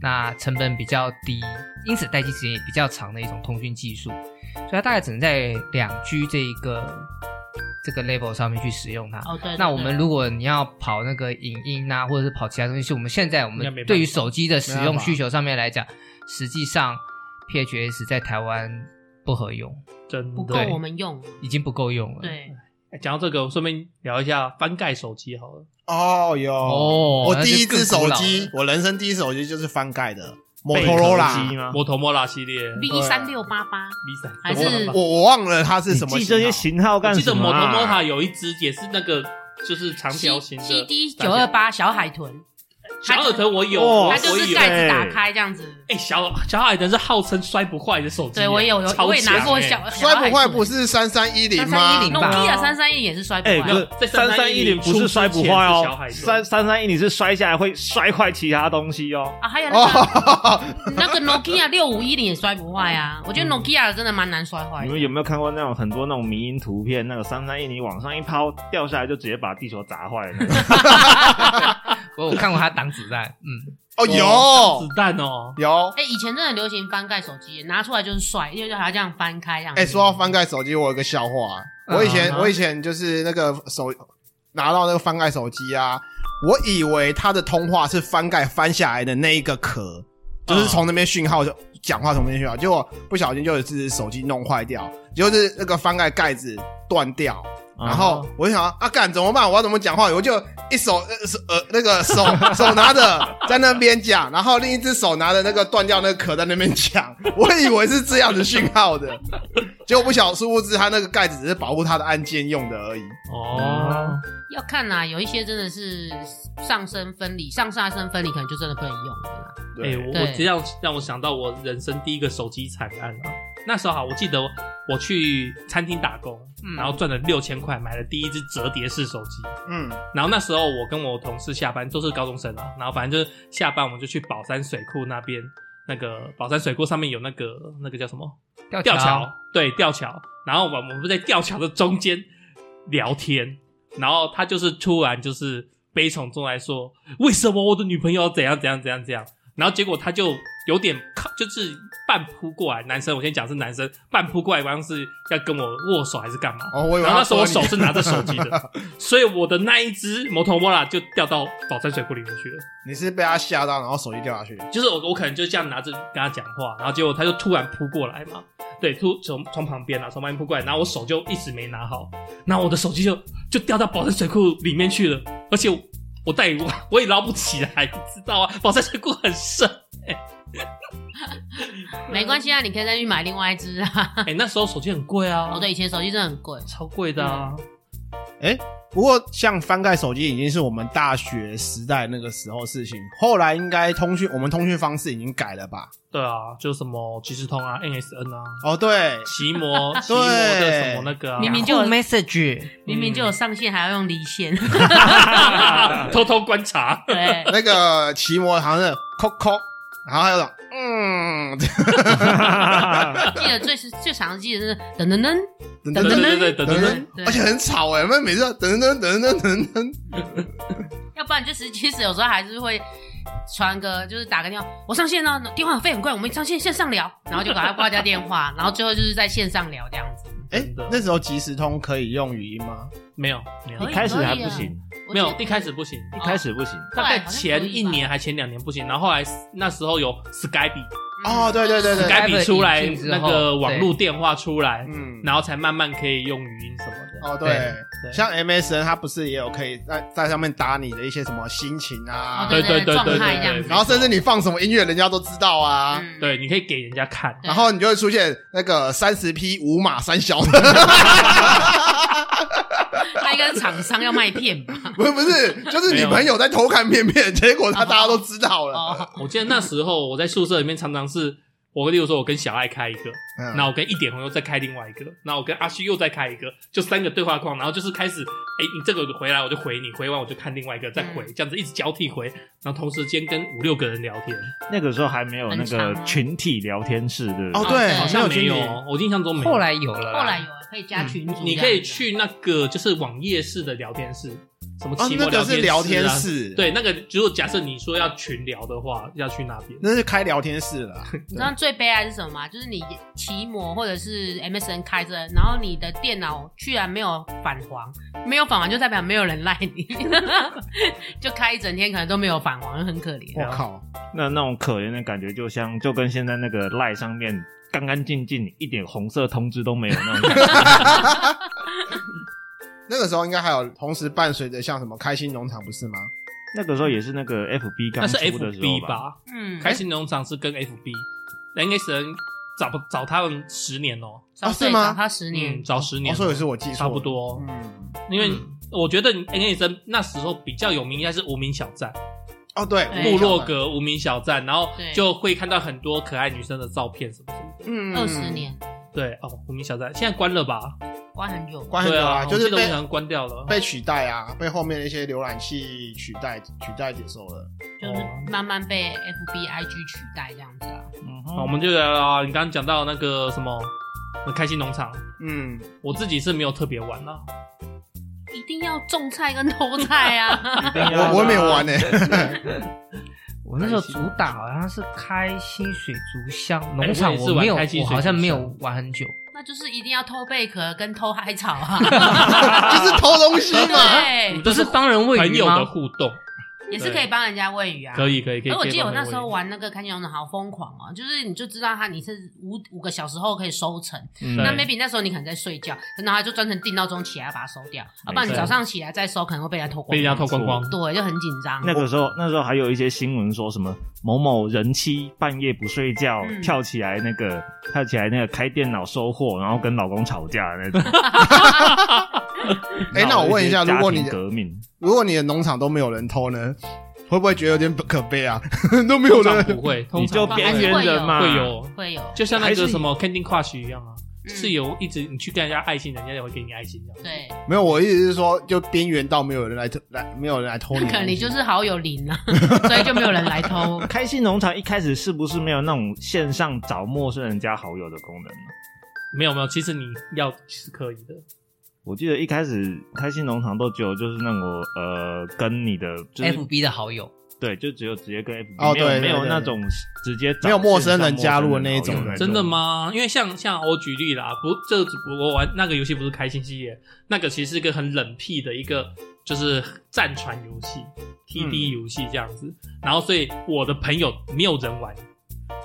那成本比较低，因此待机时间也比较长的一种通讯技术，所以它大概只能在两 G 这一个这个 level 上面去使用它。
哦，对对
那
对
我们如果你要跑那个影音啊，或者是跑其他东西，我们现在我
应该没办
们
法
对于手机的使
没
用
办法
需求上面来讲，实际上 PHS 在台湾不合用，
真
不够
的。
我们用，
已经不够用了。，
对，
哎讲到这个，我顺便聊一下翻盖手机好了。
哦哟，
哦
我
那就
第一只
更古
手
老
机
了，
我人生第一只手机就是翻盖的摩
贝
托罗
壳
拉，
机吗？
摩托摩拉系列
B 三六八八，
V 三
还是
我我忘了它是
你
什么
记
型
这些
号
型号
我
干
记
什
得
么
摩托
啊？
摩塔有一只也是那个，就是长条形
C
的
D 九二八小海豚，
小耳藤，我有，
哦
我
它
它
就
我
是
有。
盖子打
哎
开这样子。
哎，小小海豚是号称摔不坏的手机耶，
对我有有
超强
我也拿过
哎
小，小
摔
海
不坏
豚
不是三三一零
3310
吗？
诺
吧
基亚三三一也是摔不
哎，
坏
不
的，
是
在三
三
三
三
一
一
零
零不是摔不坏
出之前是小海
哦，
豚
三三三一零是摔下来会摔坏其他东西哦。
啊，还有那个
哦，
那个 Nokia 六五一零也摔不坏啊。我觉得 Nokia 真的蛮难摔坏
你
的。
们有没有看过那种很多那种迷因图片？那个三三一零往上一抛，掉下来就直接把地球砸坏了那 种。
我有看过它挡子弹，嗯，
哦
哦
有
子弹哦，
有，
哎，以前真的流行翻盖手机，拿出来就是帅，因为就它这样翻开这样子。
哎，说到翻盖手机，我有个笑话，啊我以前
嗯
我以前就是那个手拿到那个翻盖手机啊，我以为它的通话是翻盖翻下来的那一个壳，就是从那边讯号就讲话从那边讯号，结果不小心就是手机弄坏掉，就是那个翻盖盖子断掉。然后我就想啊，干怎么办？我要怎么讲话？我就一手呃手呃那个 手手拿着在那边讲，然后另一只手拿着那个断掉那个壳在那边讲。 我以为是这样的讯号的，结果不晓殊不知它那个盖子只是保护它的按键用的而已。
嗯
哦，
要看啦，有一些真的是上身分离，上下身分离可能就真的不能用了啦。
哎、
对，
我
对
我这样让我想到我人生第一个手机惨案啊。那时候啊，我记得我我去餐厅打工，
嗯
然后赚了六千块，买了第一只折叠式手机。
嗯，
然后那时候我跟我同事下班都是高中生啊，然后反正就是下班我们就去宝山水库那边，那个宝山水库上面有那个那个叫什么
吊
吊
桥
桥，对吊桥。然后我们我们在吊桥的中间聊天，然后他就是突然就是悲从中来说，为什么我的女朋友怎样怎样怎样怎样？然后结果他就有点靠，就是半扑过来，男生我先讲是男生半扑过来，好像是要跟我握手还是干嘛？
哦，我以为
然后
它
那时候我
说
手
你
是拿着手机 的，所以我的那一只摩托罗拉就掉到宝山水库里面去了。
你是被它吓到，然后手机掉下去。
就是我我可能就这样拿着跟他讲话，然后结果他就突然扑过来嘛，对，突从从旁边啊，从旁边扑过来，然后我手就一直没拿好，然后我的手机就就掉到宝山水库里面去了，而且我我带 我我也捞不起来，你知道啊，宝山水库很 深，嗯
没关系啊，你可以再去买另外一只啊。
哎、那时候手机很贵啊，
哦，对，以嗯前手机真的很贵。
超贵的啊，
不过，像翻盖手机已经是我们大学时代那个时候事情，后来应该通讯我们通讯方式已经改了吧？
对啊，就什么即时通啊，NSN 啊，
哦，对，
奇 摩奇摩的什么那个、啊，
明明就有
Yahoo message，
明明就有上线，还要用离线。
偷偷观察，
对，
那个骑摩好像是扣扣，然后还有种嗯，
记得最是最常记得是噔噔噔噔
等等
对
等
对对对
等
对对，
对
等，而且很吵哎，那每次等等等等等等，
要不然就是其实有时候还是会传个，就是打个电话，我上线了，电话费很贵，我们上线线上聊，然后就赶快挂掉电话，然后最后就是在线上聊这样子。
哎
真的，
那时候即时通可以用语音吗？
没有没有
可以
一开始还不行，
我
没
记
有，
得
一开始不行，
啊
一开始不行，
大概
好像可以
前一
吧
年还前两年不行，然后后来那时候有 Skype，Skype
哦对对对对
Skype
出来
引进之
那
后
个网络
对
电话出来，
嗯，
然后才慢慢可以用语音什么的。
哦
对
对，
对
像 MSN 它不是也有可以在在上面打你的一些什么心情
哦
啊，
对
对对
状
对
态
对
这样子
对
然后甚至你放什么音乐，人家都知道啊。
嗯
对，你可以给人家看，
对
然后你就会出现那个三十匹五马三小的，
他应该是厂商要卖片吧？
不是不是，就是
没
你
有
朋友在偷看片片，结果他
哦
大家都知道了。
哦，
我记得那时候我在宿舍里面常常是，我例如说我跟小爱开一个，
嗯
那我跟一点红又再开另外一个，那我跟阿旭又再开一个，就三个对话框，然后就是开始，哎、你这个回来我就回你，回完我就看另外一个再回，这样子一直交替回，然后同时间跟五六个人聊天，
那个时候还没有那
很长
个
哦
群体聊天室，对不对？
哦，
对
对，
啊好
没
像
群
没
体
有，哦，我印象中没有。嗯
后来有了啦，
后来有了可以加群组，
你可以去那个就是网页式的聊天室，什么
哦
期，末
那个是聊天
天室啊。
室，，
对，那个如果假设你说要群聊的话，要去那边。
那是开聊天室了啦。啊
你知道最悲哀是什么吗？就是你骑摩或者是 MSN 开着，然后你的电脑居然没有返黄，没有返黄就代表没有人赖你， 就开一整天可能都没有返黄，很可怜。
啊
我靠，
那那种可怜的感觉，就像就跟现在那个赖上面干干净净，一点红色通知都没有那种感 觉。
那个时候应该还有同时伴随着像什么开心农场不是吗？
那个时候也是那个 FB
那
刚
是
出的时候
FB 吧？
嗯，
开心农场是跟 FB，那应该是找不找他们十年哦，
早
啊是吗
早他十年
嗯，，找十年
哦，
哦，
所以是我记错，
差不。多。
嗯，
因为
嗯
我觉得 NSN 那时候比较有名，应该是无名小站、
哦，对，
对
部落格、无名小站，然后
对
就会看到很多可爱女生的照片什么什么的。
嗯
二十年，
对哦，无名小站现在关了吧？
关很久。
关很
对
久
啊，
啊，就是
我记得
被
我好像关掉了。
被取代啊，被后面的一些浏览器取代取代接受了。
就是慢慢被 FB、IG 取代这样子啊。
嗯
好，我
哼，
们就聊聊你刚刚讲到那个什么开心农场，
嗯，
我自己是没有特别玩啦、
一定要种菜跟偷菜啊！
我我没有玩呢、
我那时候主打好像是开心水族箱
哎
农场，
我也
我
是玩
没有，
开心
我
水族
好像没有
箱
玩很久。
那就是一定要偷贝壳跟偷海草啊！
就是偷东西嘛。
你
对，
这
不是帮人喂
嗯朋
鱼
友的
吗？
互动，
也是可以帮人家喂鱼啊。
可以可以可以。
而我记得
可
我
以帮
那
他
时候
喂
玩那个看见农场好疯狂哦，就是你就知道它你是五五个小时后可以收成，
嗯
那
对
maybe 那时候你可能在睡觉，然后它就专程定闹钟起来把它收掉，啊，不然你
没错
早上起来再收可能会被人家偷光，
被人家偷光光。
对，就很紧张。
那个时候，那时候还有一些新闻说什么某某人妻半夜不睡觉，
嗯
跳起来那个跳起来那个开电脑收货，然后跟老公吵架的那种。
哎、那我问一下，
闹了些
如果
家
你
庭革命，
如果你的农场都没有人偷呢，会不会觉得有点可悲啊？ 都没有
通常
人，
不会，
你
通
就
常
吧
边缘人嘛，
会有，
会有，
就像那
还是
个什么 Candy Crush 一样啊，
嗯
是有一直你去跟人家爱心，人家也会给你爱心这样。
对，
没有。我意思是说，就边缘到没有人来偷，来没有人来偷你。
可 能你就是好友零 啊，所以就没有人来偷。
开心农场一开始是不是没有那种线上找陌生人加好友的功能呢？
没有没有，其实你要是可以的，
我记得一开始开心农场都只有就是那种呃跟你的就是
FB 的好友，
对，就只有直接跟 FB，、
哦
没有
对对
没有
对
那种直接找
没有陌生人
线上
加入的那一
好友
种人
真的？吗？因为像像我举例啦，不，这我玩那个游戏不是开心系列，那个其实是一个很冷僻的一个就是战船游戏、TD
嗯
游戏这样子。然后所以我的朋友没有人玩，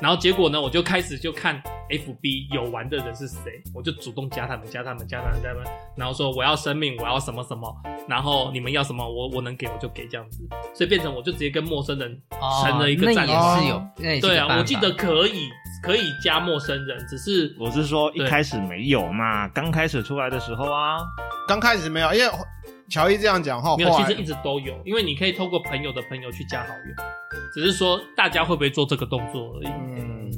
然后结果呢，我就开始就看 FB 有玩的人是谁，我就主动加他们，加他们，加他们，加他们，然后说我要生命，我要什么什么，然后你们要什么，我我能给我就给这样子，所以变成我就直接跟陌生人成了一个
哦那
战友。
也是有，那也是个
对啊
办，法
我记得可以可以加陌生人，只是
我是说一
对
开始没有嘛，刚开始出来的时候啊，
刚开始没有，因为乔伊这样讲后，
没有，
后
其
来
实一直都有，因为你可以透过朋友的朋友去加好友，只是说大家会不会做这个动作而已。
嗯，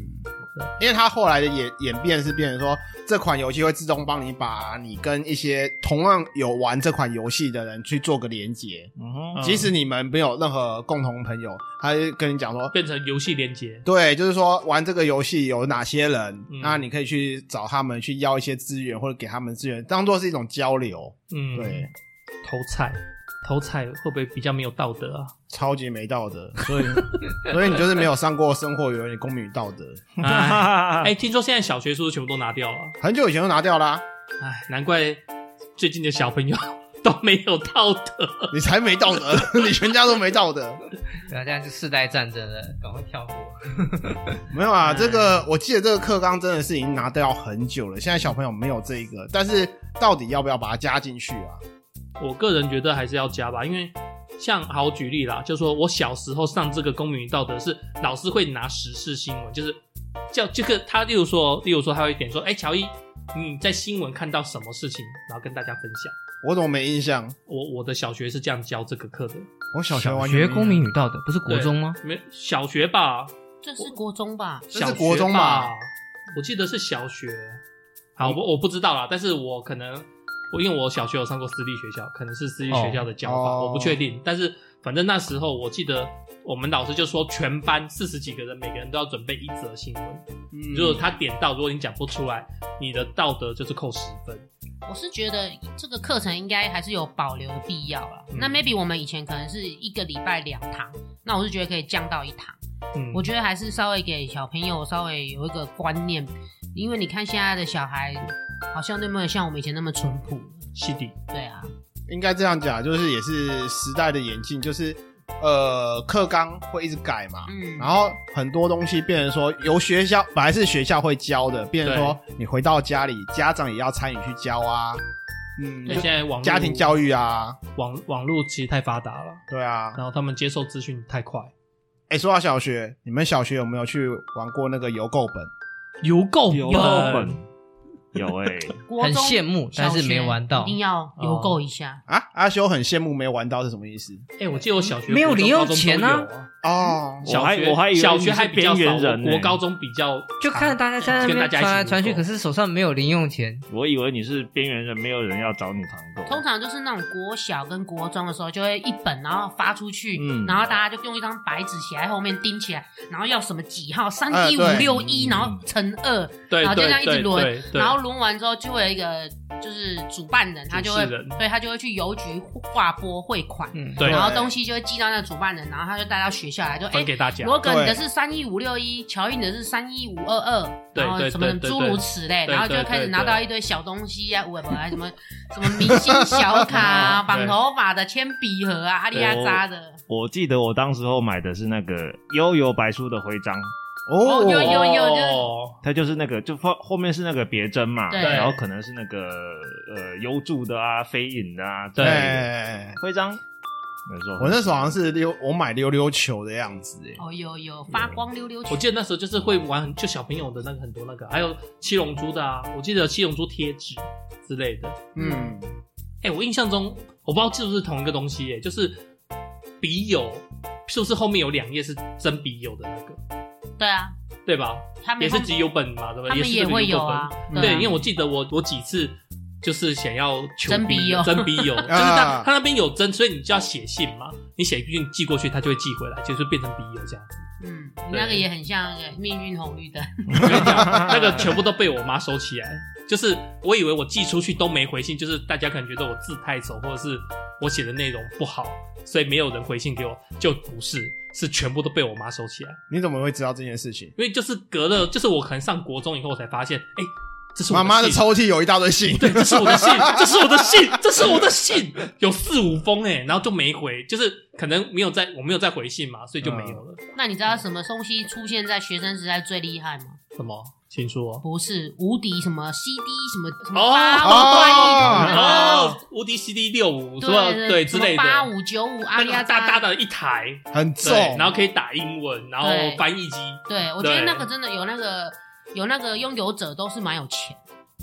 因为它后来的演演变是变成说，这款游戏会自动帮你把你跟一些同样有玩这款游戏的人去做个连接，
嗯哼，
即使你们没有任何共同朋友，它就跟你讲说，
变成游戏连接，
对，就是说玩这个游戏有哪些人，
嗯
那你可以去找他们去要一些资源或者给他们资源，当做是一种交流，
嗯，
对，
偷菜，偷菜会不会比较没有道德啊？
超级没道德，所以所以你就是没有上过生活有点公民与道德，
哎，哎听说现在小学是不是全部都拿掉了？
很久以前就拿掉啦、
哎，难怪最近的小朋友 都没有道德。
你才没道德，你全家都没道德。
对啊，这样是世代战争了，赶快跳过。
没有啊，这个我记得这个课纲真的是已经拿掉很久了，现在小朋友没有这一个，但是到底要不要把它加进去啊？
我个人觉得还是要加吧，因为像好举例啦，就说我小时候上这个公民与道德是老师会拿时事新闻，就是叫这个他，例如说，例如说他会点说，哎、乔伊，你在新闻看到什么事情，然后跟大家分享。
我怎么没印象？
我我的小学是这样教这个课的，
我小学完全没
学
印象
公民与道德不是国中吗？
没小学吧，
这是国中吧？
这
小
是
学
国中吧
吧，我记得是小学，好，我我不知道啦，但是我可能我因为我小学有上过私立学校，可能是私立学校的教法，
哦
我不确定。但是反正那时候我记得我们老师就说，全班四十几个人，每个人都要准备一则新闻。
嗯
如果他点到，如果你讲不出来，你的道德就是扣十分。
我是觉得这个课程应该还是有保留的必要啦。
嗯
那 maybe 我们以前可能是一个礼拜两堂，那我是觉得可以降到一堂。
嗯，
我觉得还是稍微给小朋友稍微有一个观念，因为你看现在的小孩好像都没有像我们以前那么淳朴。
西底，
对啊，
应该这样讲，就是也是时代的演进，就是呃课纲会一直改嘛，
嗯，
然后很多东西变成说由学校本来是学校会教的，变成说你回到家里，家长也要参与去教啊，嗯，
对，
就
现在网络
家庭教育啊，
网网络其实太发达了，
对啊。
然后他们接受资讯太快。
哎、说到小学，你们小学有没有去玩过那个邮购本？
邮购
有本有哎、
国
很
中
羡慕但是
小学
没玩到嗯
一定要邮购一下。
啊，阿修很羡慕没玩到是什么意思？
哎、我记得我小学
没有
国中
零用
高中都
钱啊
有啊。
哦
小
我还
学
我还以为
小
你
学
是
还比较
边
少，
缘人呢
我高中比较
就看大家在那
跟大
边
家
传
一起
来传去，
撸狗
可是手上没有零用钱，
我以为你是边缘人，没有人要找你团购。
通常就是那种国小跟国中的时候，就会一本，然后发出去，
嗯
然后大家就用一张白纸写在后面钉起来，然后要什么几号，三
啊
哎
一五
对
六一，
嗯
然后乘二，
对
然后就
对
这样一直
对
轮
对对
然后轮完之后就会有一个就是主办人，他就会
主持人
对他就会去邮局划拨汇款，
嗯，
对
然后东西就会寄到那个主办人，然后他就带到学校来，就哎
分给大家，
罗格，你
对
的是三一五六一，乔伊你的是三一五二二，
对
然后
对
什么
对对
诸如此类，
对
然后就
对
开始
对
拿
对
到一堆小东西啊，我啊什么什么明星小卡啊，
对
绑头发的、铅笔盒啊、阿里阿扎的，
我记得我当时候买的是那个悠游白书的徽章，
哦有有
哦
它就是那个就后后面是那个别针嘛，
对
然后可能是那个呃优助的啊、飞影的啊，
对
哎
徽章。没错，
我那时候好像是溜，我买溜溜球的样子、哎，
哦有有发光溜溜球
我，记得那时候就是会玩，就小朋友的那个很多那个，还有七龙珠的啊，我记得有七龙珠贴纸之类的。
嗯，
哎、我印象中，我不知道是不是同一个东西、耶，就是笔友，是不是后面有两页是真笔友的那个，
对啊，
对吧？
他们
也是集邮本嘛，对不
他
对？
们
是
也
这个
会
邮
有
购本
啊，
对，
啊
因为我记得我我几次就是想要求
真笔友
真笔 友，就是
啊
他他那边有真，所以你就要写信嘛，你写信寄过去，他就会寄回来，就是变成笔友 这样子。
嗯，你那个
对
也很像那个命运红绿灯，
我跟你讲，那个全部都被我妈收起来，就是我以为我寄出去都没回信，就是大家可能觉得我字太丑，或者是我写的内容不好，所以没有人回信给我，就不是，是全部都被我妈收起来。
你怎么会知道这件事情？
因为就是隔了，就是我可能上国中以后我才发现，哎、这是我
妈妈的
信
抽屉有一大堆信，
对，这是我的信，这是我的信，这是我的信， 有四五封哎、然后就没回，就是可能没有在，我没有再回信嘛，所以就没有了。
嗯
那你知道什么东西出现在学生时代最厉害吗？
什么？请说。
不是无敌什么 CD 什么什么
哦
八
哦
五怪异什么的
哦，无敌 CD 六五，什么
对
对
什
之
么
类的，
八五九五阿
那
里
个
阿
大
扎
大的一台，
很重
对，，然后可以打英文，然后
对
翻译机，
对，我觉得
对
那个真的有那个有那个拥有者都是蛮有钱，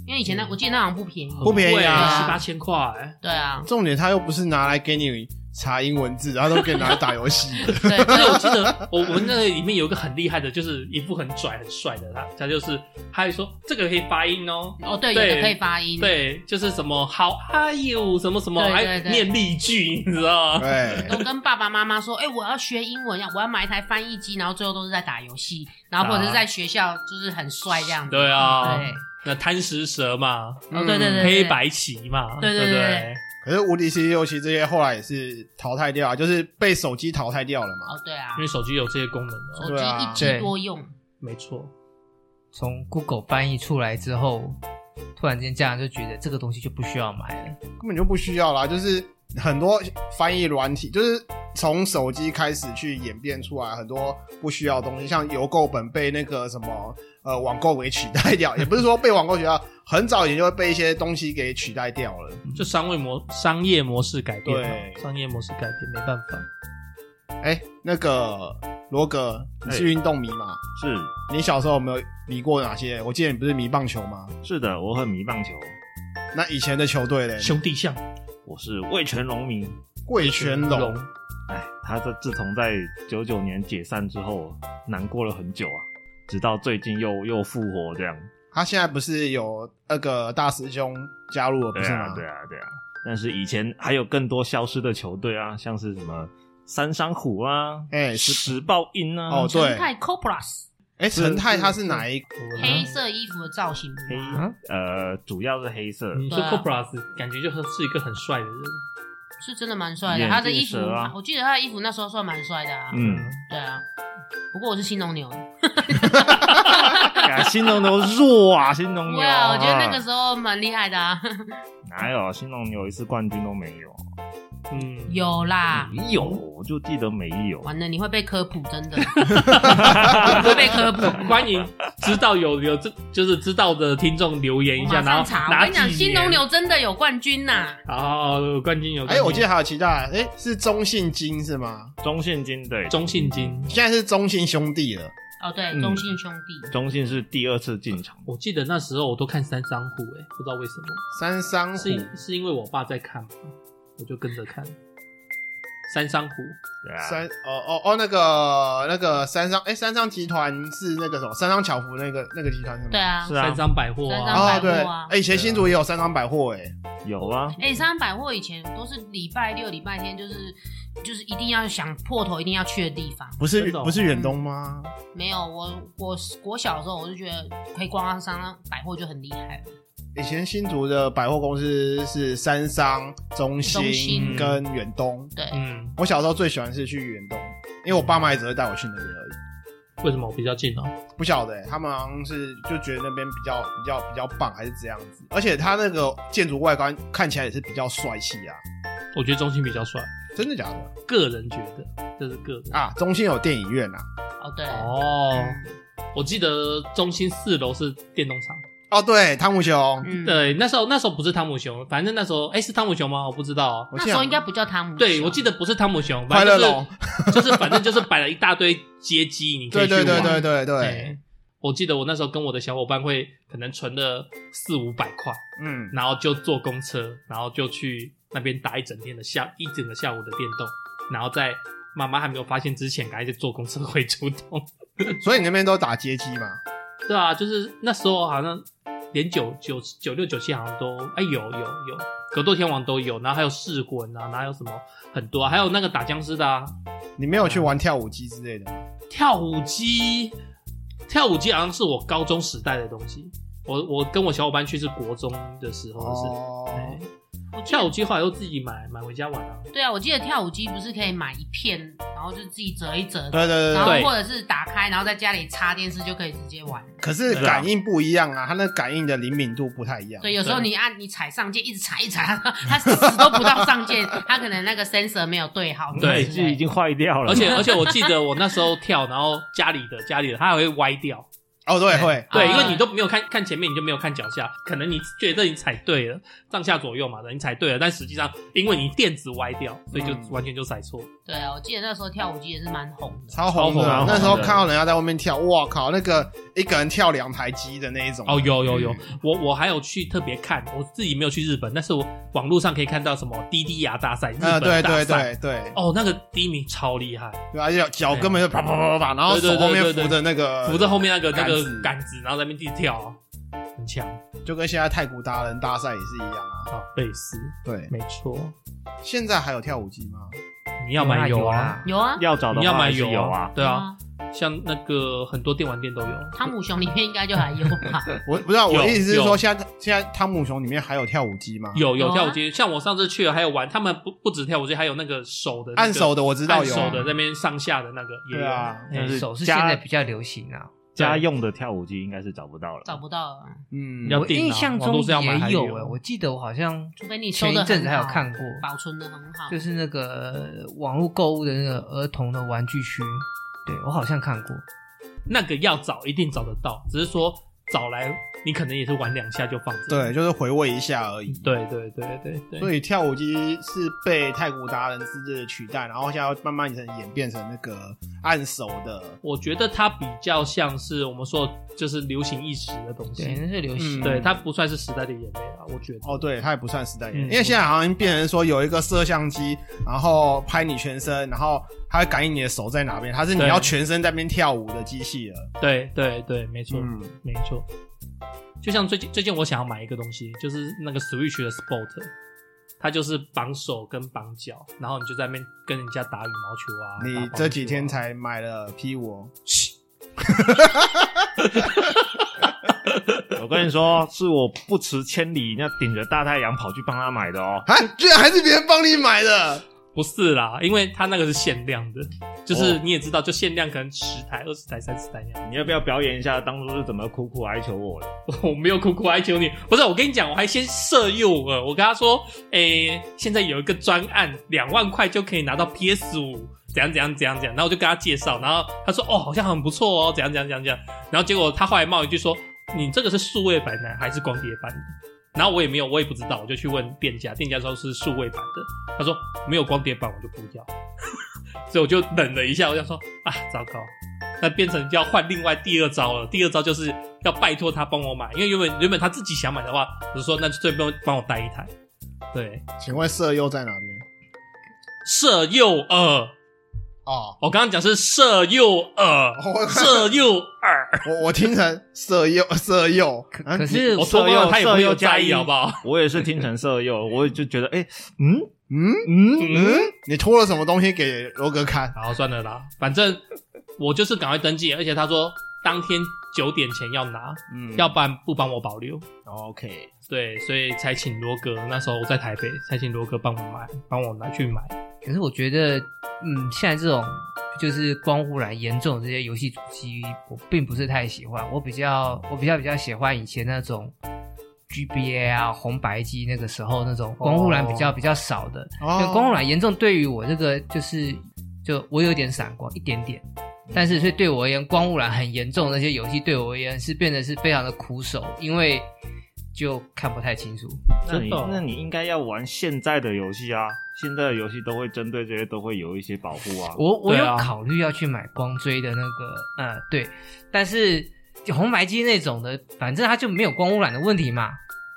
因为以前那、
嗯哦
我记得那好像不便宜。
不便宜啊
七八千块。
对啊，
重点他又不是拿来给你查英文字，他都给你拿来打游戏 的。
对，
而且
对
我记得我我们那个里面有一个很厉害的，就是一副很拽很帅的他，他就是他还说这个可以发音哦，
哦对，有
对
的可以发音，，哦
对，就是什么 How are you 什么什么，
对对
还
对
念例句，你知 道吗？
都
对，
跟爸爸妈妈说，哎、我要学英文呀，我要买一台翻译机，然后最后都是在打游戏，然后或者是在学校就是很帅这样子。
啊对啊
对，
那贪食蛇嘛，嗯
哦对对对
黑白棋嘛，
对对
对不
对
对，
可是无敌 C 六七这些后来也是淘汰掉啊，就是被手机淘汰掉了嘛。
哦对啊
因，为手机有这些功能
手
哦，
机
对啊
一机
对
多用，
没错，
从 Google 翻译出来之后，突然间家长就觉得这个东西就不需要买了。
根本就不需要啦，就是很多翻译软体，就是从手机开始去演变出来很多不需要的东西，像邮购本被那个什么呃网购给取代掉，也不是说被网购取代，很早以前就会被一些东西给取代掉了。
就商业模商业模式改变了，
对
商业模式改变没办法。
哎、那个罗格，你是
哎
运动迷嘛？
是
你小时候有没有迷过哪些？我记得你不是迷棒球吗？
是的，我很迷棒球，
那以前的球队嘞，
兄弟像
我是味全龙迷。
贵全龙，
哎，他这自从在九九年解散之后，难过了很久啊。直到最近又又复活这样。
他现在不是有那个大师兄加入了，不
对
是
啊
吗？，
对啊，对啊。但是以前还有更多消失的球队啊，像是什么三山虎啊，
哎是
石豹鹰啊，
哦对
陈泰 Coplas
哎，陈泰他是哪一？
黑色衣服的造型
嗯黑
吗？
呃，主要是黑色，
你说
对啊
Cobras 感觉就是是一个很帅的人，
是真的蛮帅的，
眼
他的
镜
衣服
蛇啊，
我记得他的衣服那时候算蛮帅的啊。
嗯，
对啊，不过我是新农牛的，
啊新农牛弱啊，新农牛
对
啊，嗯
啊，我觉得那个时候蛮厉害的啊。
哪有啊新农牛一次冠军都没有，
嗯，
有啦，
没有，我就记得没有，
完了你会被科普， 真的你会被科普。
欢迎知道有有这就是知道的听众留言一
我
下，
马上
然后
查，我
拿
跟你讲，
几
新
年
农牛真的有冠军呐！
哦，冠军有冠
哎，
军，
我记得还有其他，哎，是中信金是吗？
中信金对，
中信金，
现在是中信兄弟了。
哦，对，
嗯
中信兄弟，
中信是第二次进场，
我记得那时候我都看三张虎，哎，不知道为什么，
三商虎
是是因为我爸在看嘛，我就跟着看。三商虎，
对啊，
三哦哦哦，那个那个三商哎，三商集团是那个什么三商巧福那个那个集团是吗？
对。啊
是，啊
三，商百货
三
啊
张，
哦
百货
对，
啊
哎，以前新竹也有三商百货哎，
有啊，
哎，三百货以前都是礼拜六、礼拜天，就是就是一定要想破头一定要去的地方。
不是
真的哦
不是远东吗？
没有，我我我小的时候我就觉得可以逛到三张百货就很厉害了。
以前新竹的百货公司是三商、中
中
心
心
跟远东。
对，
嗯，
我小时候最喜欢是去远东，因为我爸妈也只会带我去那边而已。
为什么我比较近哦？
不晓得、欸，他们好像是就觉得那边比较比较比较棒，还是这样子。而且它那个建筑外观看起来也是比较帅气啊，
我觉得中心比较帅，
真的假的
个人觉得这是个人
啊？中心有电影院啊？
哦对，
哦。我记得中心四楼是电动厂，
哦，对，汤姆熊，
嗯，
对，那时候那时候不是汤姆熊，反正那时候哎、是汤姆熊吗？我不知道、哦。
我
那
记
时
得
候应该不叫汤姆熊，
对，我记得不是汤姆熊，
快
反
乐
正
龙，
就是就是反正就是摆了一大堆街机，你可
对
以去玩。
对对对对对，
哎我记得我那时候跟我的小伙伴会可能存了四五百块，
嗯，
然后就坐公车，然后就去那边打一整天的下一整个下午的电动，然后在妈妈还没有发现之前，赶快就坐公车回竹东。
所以你那边都打街机嘛？
对啊，就是那时候好像连九九九六九七好像都哎有有有格斗天王都有，然后还有噬魂啊，然后还有什么很多、啊，还有那个打僵尸的啊，
你没有去玩跳舞机之类的吗？
跳舞机，跳舞机好像是我高中时代的东西。我我跟我小伙伴去是国中的时候的事。
哦
哎，
我记得
跳舞机后来又自己买买回家 玩啊。
对啊，我记得跳舞机不是可以买一片，然后就自己折一折，
对对对
然
对
后
对
或者是打开，然后在家里插电视就可以直接玩。
可是
对啊
感应不一样啊，它那感应的灵敏度不太一样。
对，有时候你按你踩上键，一直踩一直踩，它它死都不到上键，它可能那个 sensor 没有对好。
对
之
机
类
已经坏掉了，
而且而且我记得我那时候跳，然后家里的家里的它还会歪掉，
哦，对，会，
对，
啊
因为你都没有看看前面，你就没有看脚下，可能你觉得你踩对了，上下左右嘛的，你踩对了，但实际上因为你垫子歪掉，所以就
嗯
完全就踩错。
对啊，我记得那时候跳舞机也是蛮红的。
超红
超红
的
啊。
那时候
红的
看到人家在外面跳，哇靠，那个一个人跳两台机的那一种。
哦，有有有
嗯，
我我还有去特别看，我自己没有去日本，但是我网络上可以看到什么滴滴牙大赛、日
呃，
本
对
大
对
赛，
对对，
哦，那个第一名超厉害，
对，而且脚根本就啪啪啪啪啪，然后
对
手
对对
后面
对对
扶着那个，
扶着后面那个
呃
那
杆
个
子
杆子，然后在那边地跳啊，很强，
就跟现在太古达人大赛也是一样啊。
好贝斯，
对，
没错，
现在还有跳舞机吗？
你要买有啊，，
有啊，
要找的
你要
话
买
还是有
有
啊，，
对啊，，像那个很多电玩店都有，
汤姆熊里面应该就还有吧？
我不知道，我
有
的意思是说，
有
现在现在汤姆熊里面还有跳舞机吗？
有有
有啊
跳舞机，像我上次去了还有玩，他们不不止跳舞机，还有那个手的那个
按手的我知道
按
有
手
啊，
的那边上下的那个也
对
有
啊
哎
但是
嗯手是现
家
在比较流行啊。
家用的跳舞机应该是找不到了，
找不到了，
嗯，
要
我
订啊
印象
网
中
络是要买还
也
有啊
有哎，我记得我好像
除非你收
前
的
一阵子还有看过，
保存的很好
就。是那个网络购物的那个儿童的玩具区，对我好像看过。
那个要找一定找得到，只是说找来你可能也是玩两下就放着。
对，就是回味一下而已。
对对对对对，
所以跳舞机是被太古达人之类的取代，然后现在慢慢演演变成那个按手的。
我觉得它比较像是我们说就是流行一时的东西，
对，那是流行。
嗯
对，它不算是时代的眼泪啊，我觉得。
哦，对，它也不算时代眼
嗯
因为现在好像变成说有一个摄像机，然后拍你全身，然后它会感应你的手在哪边，它是你
对
要全身在那边跳舞的机器了。
对对对，没错、
嗯
没错。就像最近最近我想要买一个东西，就是那个 Switch 的 Sport，它就是绑手跟绑脚，然后你就在那边跟人家打羽毛球啊。打
你
棒球啊
这几天才买了 P 五，
我跟你说，是我不辞千里，那顶着大太阳跑去帮他买的哦。
啊，居然还是别人帮你买的，
不是啦，因为它那个是限量的，就是你也知道，就限量可能十台、二十台、三十台那样。
你要不要表演一下当初是怎么苦苦哀求我的？
我没有苦苦哀求你，不是我跟你讲，我还先色诱我，我跟他说，诶、现在有一个专案，两万块就可以拿到 PS 五，怎样怎样怎样怎样，然后我就跟他介绍，然后他说，哦，好像很不错哦，怎样怎样怎样怎样，然后结果他后来冒一句说，你这个是数位版的还是光碟版的？然后我也没有，我也不知道，我就去问店家，店家说是数位版的，他说没有光碟版我就不要， 所以我就冷了一下，我想说啊，糟糕，那变成要换另外第二招了。第二招就是要拜托他帮我买，因为原本原本他自己想买的话，我就说那就最便帮我带一台。对，
请问色诱在哪边？
色诱饵，
哦，
我刚刚讲是色诱
哦
饵，色诱饵，
我我听成色诱色诱，
可
啊
可是
我说
色
了
诱
他也没
色
有
诱加
在意
一
好不好？
我也是听成色诱，我也就觉得，哎、嗯
嗯
嗯，
嗯，你拖了什么东西给罗哥看？
好，算了啦，反正我就是赶快登记，而且他说当天九点前要拿，
嗯
要不然不帮我保留。
哦
OK，
对，所以才请罗哥，那时候我在台北，才请罗哥帮我买，帮我拿去买。
可是我觉得，嗯，现在这种就是光污染严重的这些游戏主机，我并不是太喜欢。我比较，我比较比较喜欢以前那种 GBA 啊、红白机那个时候那种光污染比较、比较少的。
哦
就光污染严重，对于我这个就是就我有点闪光一点点，但是所以对我而言，光污染很严重的那些游戏，对我而言是变得是非常的苦手，因为就看不太清楚。
那你
真的哦
那你应该要玩现在的游戏啊，现在的游戏都会针对这些都会有一些保护啊。
我我
对
有
啊
考虑要去买光追的那个，呃，对，但是红白机那种的，反正它就没有光污染的问题嘛，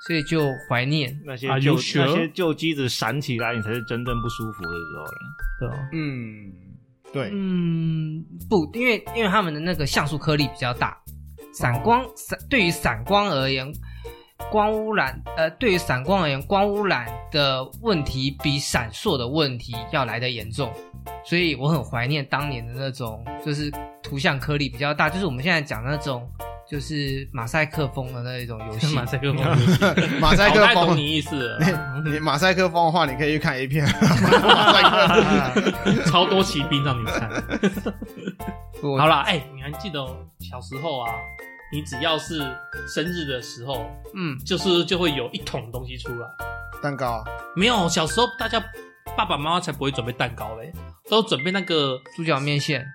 所以就怀念。
那些
Are
旧
you sure？
那些旧机子闪起来，你才是真正不舒服的时候。
对哦，。
嗯，对，
嗯，不，因为因为他们的那个像素颗粒比较大，闪光闪对于闪光而言，光污染呃，对于闪光而言，光污染的问题比闪烁的问题要来的严重，所以我很怀念当年的那种，就是图像颗粒比较大，就是我们现在讲那种就是马赛克风的那一种游戏
马赛克风，
嗯
马赛
我
克
大概懂
风，
你意思了
你马赛克风的话，你可以去看 A 片。 马赛克风
啦，超多骑兵让你看。
我
好啦，哎、你还记得哦小时候啊？你只要是生日的时候，
嗯，
就是就会有一桶东西出来。
蛋糕，
没有，小时候大家爸爸妈妈才不会准备蛋糕嘞，都准备那个
猪脚面线，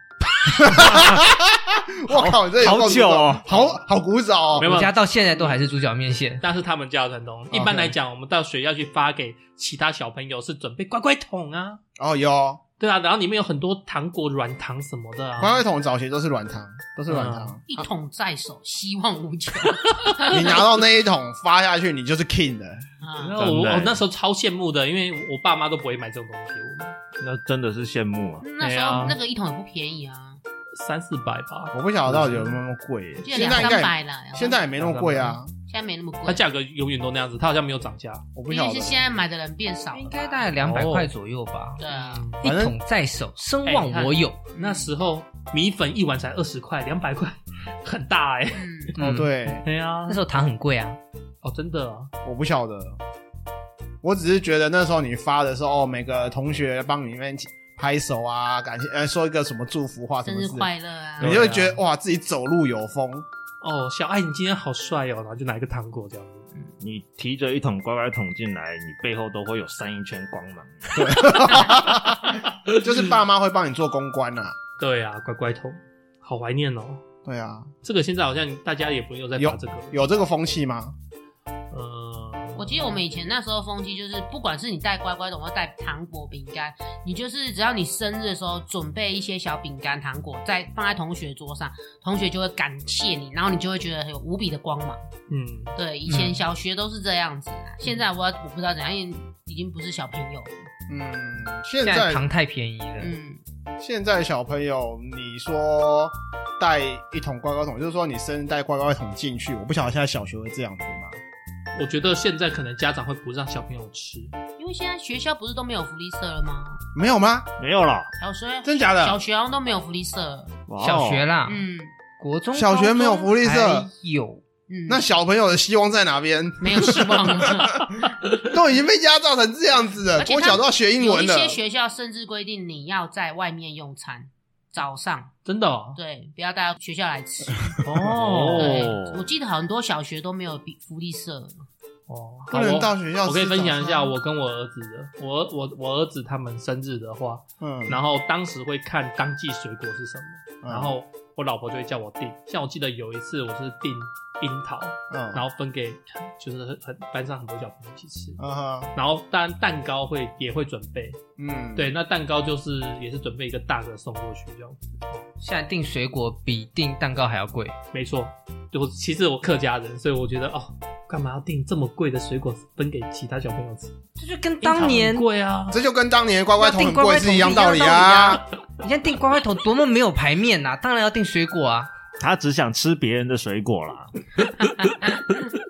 我靠，这有够
好久哦
古早好好古早
没
哦。
有
我家到现在都还是猪脚面线。
那是他们家的传统。一般来讲，我们到学校去发给其他小朋友是准备乖乖桶啊，
哦，有
对啊，然后里面有很多糖果、软糖什么的
乖
啊。
乖桶早期都是软糖，都是软糖。
啊
一桶在手，希望无 穷。
嗯
你拿到那一桶发下去，你就是 king 的。
然
啊
后我
真的
我那时候超羡慕的，因为我爸妈都不会买这种东西，我
那真的是羡慕啊！
那时
对啊
候那个一桶也不便宜啊，
三四百吧，
我不晓得到底有没有那么 贵
我，记得
现
两
在应该
三百
也
嗯啦。
现在也没那么贵啊。
现在没那么
它
贵，
价格永远都那样子，它好像没有涨价。
我不
毕
晓
竟
得
是。现在买的人变少了吧，
应该大概两百
哦
块左右吧，
对啊。
一
反正
桶在手，声
哎
望我有。
那时候米粉一碗才二十块，两百块，很大哎、欸。
嗯，
哦，
嗯，
对，
对啊
那时候糖很贵啊，
哦，真的啊，
我不晓得，我只是觉得那时候你发的时候，哦每个同学帮你们拍手啊，感谢呃，说一个什么祝福话什
生
么
日
事，
快乐啊！
你就会觉得哇，自己走路有风。
哦，小爱你今天好帅哦，然后就拿一个糖果这样子。
你提着一桶乖乖桶进来，你背后都会有三一圈光芒。
就是爸妈会帮你做公关呐、啊。
对啊，乖乖桶，好怀念哦。
对啊，
这个现在好像大家也不用再
有
打这个，
有这个风气吗？
呃，
我记得我们以前那时候风气就是，不管是你带乖乖桶或带糖果、饼干，你就是只要你生日的时候准备一些小饼干、糖果，再放在同学桌上，同学就会感谢你，然后你就会觉得有无比的光芒。
嗯，
对，以前小学都是这样子、啊，现在我我不知道怎样，因为已经不是小朋友了。
嗯，
现
现
在
在
糖太便宜了，
嗯，
现在小朋友，你说带一桶乖乖桶，就是说你生日带乖乖桶进去，我不晓得现在小学会这样子吗？
我觉得现在可能家长会不让小朋友吃，
因为现在学校不是都没有福利社了吗？
没有吗？
没有了，
小学
真假
小
的？啊
学好像都没有福利社了。
哇哦
小学啦，
嗯
国中、
小学没有福利社
高中还有
嗯，
那小朋友的希望在哪边？
没有希望了。
都已经被压榨成这样子了，
而且
我
他
小都要学 英
有
文
一
了。
些学校甚至规定你要在外面用餐，早上
真的哦，
对，不要带到学校来吃。
哦
对
哦，
我记得很多小学都没有比福利社，
哦，
不
好
能
哦
到学校
我可以
吃
分享一
早
下
餐
我跟我儿子的，我我我儿子他们生日的话，
嗯，
然后当时会看当季水果是什么，
嗯
然后我老婆就会叫我订。像我记得有一次我是订樱桃，
嗯，
然后分给就是很很班上很多小朋友一起吃。
啊哈，
然后当然蛋糕会也会准备，
嗯，
对，那蛋糕就是也是准备一个大的送过去这样子，
现在订水果比订蛋糕还要贵，
没错。就我其实我客家人，所以我觉得哦，干嘛要订这么贵的水果分给其他小朋友吃？
这就跟
樱桃
当
很
年
贵啊，
这就跟当年乖乖桶
要
很
订乖
贵
乖
是
桶
一样道
道
理啊。
啊。你现在订乖乖桶多么没有排面呐、当然要订水果啊。
他只想吃别人的水果啦。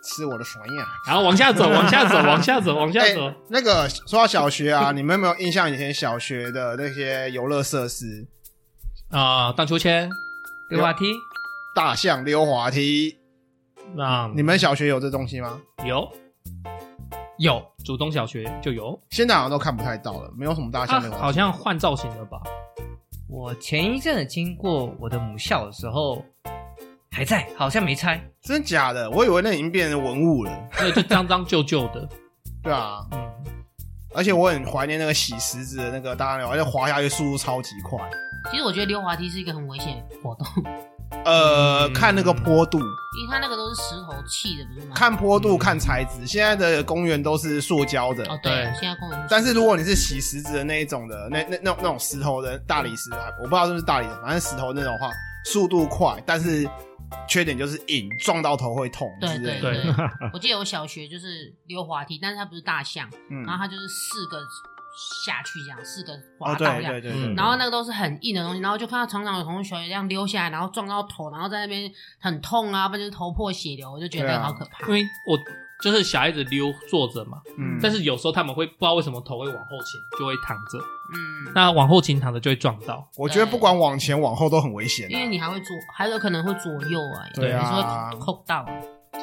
吃我的水呀！
然后往下走，往下走，往下走，往下走。
那个说到小学啊，你们有没有印象以前小学的那些游乐设施？
啊、荡秋千，
溜滑梯，
大象溜滑梯，
那
你们小学有这东西吗？
啊有有主动小学就有，
现在好像都看不太到了，没有什么大
他
象溜滑
啊好
梯。
像换造型了吧？
我前一阵子经过我的母校的时候，还在，好像没拆。
真假的？我以为那已经变成文物了。
那 就脏脏旧旧的，
对啊，
嗯，
而且我很怀念那个洗石子的那个大象溜，而且滑下去速度超级快。
其实我觉得溜滑梯是一个很危险的活动，
呃，
嗯
看那个坡度，
因为它那个都是石头砌的，不是吗？
看坡度，
嗯
看材质。现在的公园都是塑胶的，
哦，对，
对
现在公园
但是如果你是洗石子的那一种的，那那那种那种石头的大理石，啊我不知道是不是大理石，反正石头那种的话，速度快，但是缺点就是硬，撞到头会痛之
对
类
对
的。
对
对，
我记得我小学就是溜滑梯，但是它不是大象，
嗯
然后它就是四个下去这样，四个滑
哦，
道
对
这样，
对对
嗯
对，
然后那个都是很硬的东西，然后就看到常常有同学这样溜下来，然后撞到头，然后在那边很痛啊，不然就是头破血流，我就觉
对
得
啊
好可怕。
因为我就是小孩子溜坐着嘛，
嗯
但是有时候他们会不知道为什么头会往后倾，就会躺着，
嗯，
那往后倾躺着就会撞到，
我觉得不管往前往后都很危险
因
啊、
为你还会左，还有可能会左右啊，
对啊
你说扣到，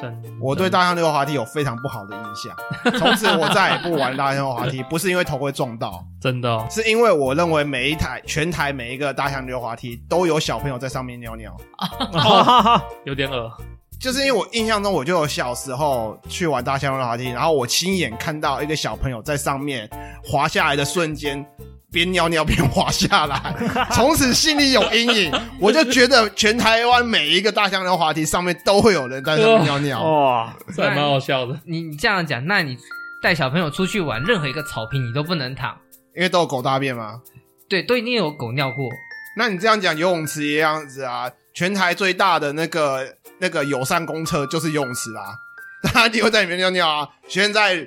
真的
我对大象溜滑梯有非常不好的印象，从此我再也不玩大象溜滑梯，不是因为头会撞到，
真的哦、
是因为我认为每一台全台每一个大象溜滑梯都有小朋友在上面尿尿。
哦 有点恶，
就是因为我印象中，我就有小时候去玩大象溜滑梯，然后我亲眼看到一个小朋友在上面滑下来的瞬间，边尿尿边滑下来，从此心里有阴影。我就觉得全台湾每一个大象溜滑梯上面都会有人在上面尿尿。
哇，
这还蛮好笑的。
你你这样讲，那你带小朋友出去玩，任何一个草坪你都不能躺，
因为都有狗大便嘛。
对，都一定有狗尿过。
那你这样讲游泳池也这样子啊，全台最大的那个那个友善公厕就是游泳池啦、 大家一定会在里面尿尿啊。现在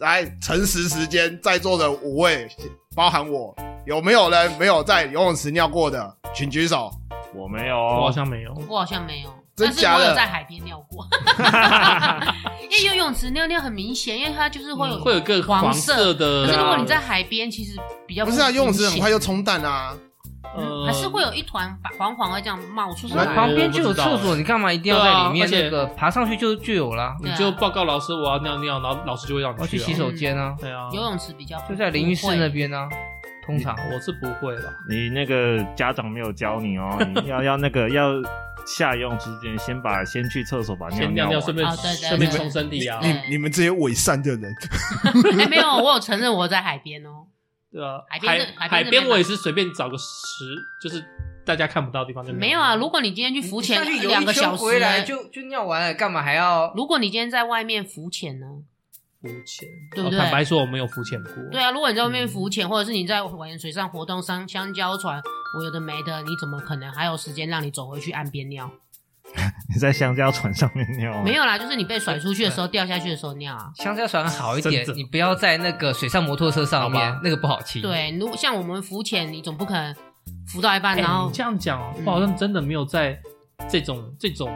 来诚实时间，在座的五位，包含我，有没有人没有在游泳池尿过的，请举手。
我没有
我好
哦，
像没有，
我好像没有，
真
但是
假
我
的
有在海边尿过， 因为游泳池尿尿很明显，因为它就是会有
嗯会有一个
黄
色
色
的，
啊
可是如果你在海边，其实比较
不是啊，
明
游泳池很
显
快就冲淡啦、啊。
呃
还是会有一团黄黄的这样冒出
那
来。
旁边就有厕
我不知道
所，
哎
你干嘛一定要在里面
对啊
那个爬上去就就有啦？
啊
你就报告老师我要尿尿，然后老师就会让
我
你
去
去啊
洗手间啊，
对啊，
游泳池比较
就在淋浴室
不会
那边啊，通常
我是不会啦。
你那个家长没有教你哦， 你要要那个要下游泳池之前，先把先去厕所把尿
先尿尿，
完
顺便
哦对对
顺便
对
冲身体啊，
对
你你们这些伪善的人，
哎、没有，我有承认 我在海边哦、
对啊，
海边是海边
海
是
边
没
我也
办
是随便找个石，就是大家看不到的地方就
没有啊。如果你今天去浮潜
下去游一
两个
圈
小时
回来
呢
就就尿完了，干嘛还要？
如果你今天在外面浮潜呢？
嗯
浮潜，
对不对
哦坦白说，我没有浮潜过。
对啊，如果你在外面浮潜，或者是你在玩水上活动、上香蕉船，我有的没的，你怎么可能还有时间让你走回去岸边尿？
你在香蕉船上面尿
嗯
啊吗？
没有啦，就是你被甩出去的时候、掉下去的时候尿啊。
香蕉船好一
真
点
的，
你不要在那个水上摩托车上
好
面
吧，
那个不好清。，
对，如像我们浮潜，你总不可能浮到一半，
哎，
然后嗯
你这样讲哦，我好像真的没有在这种这种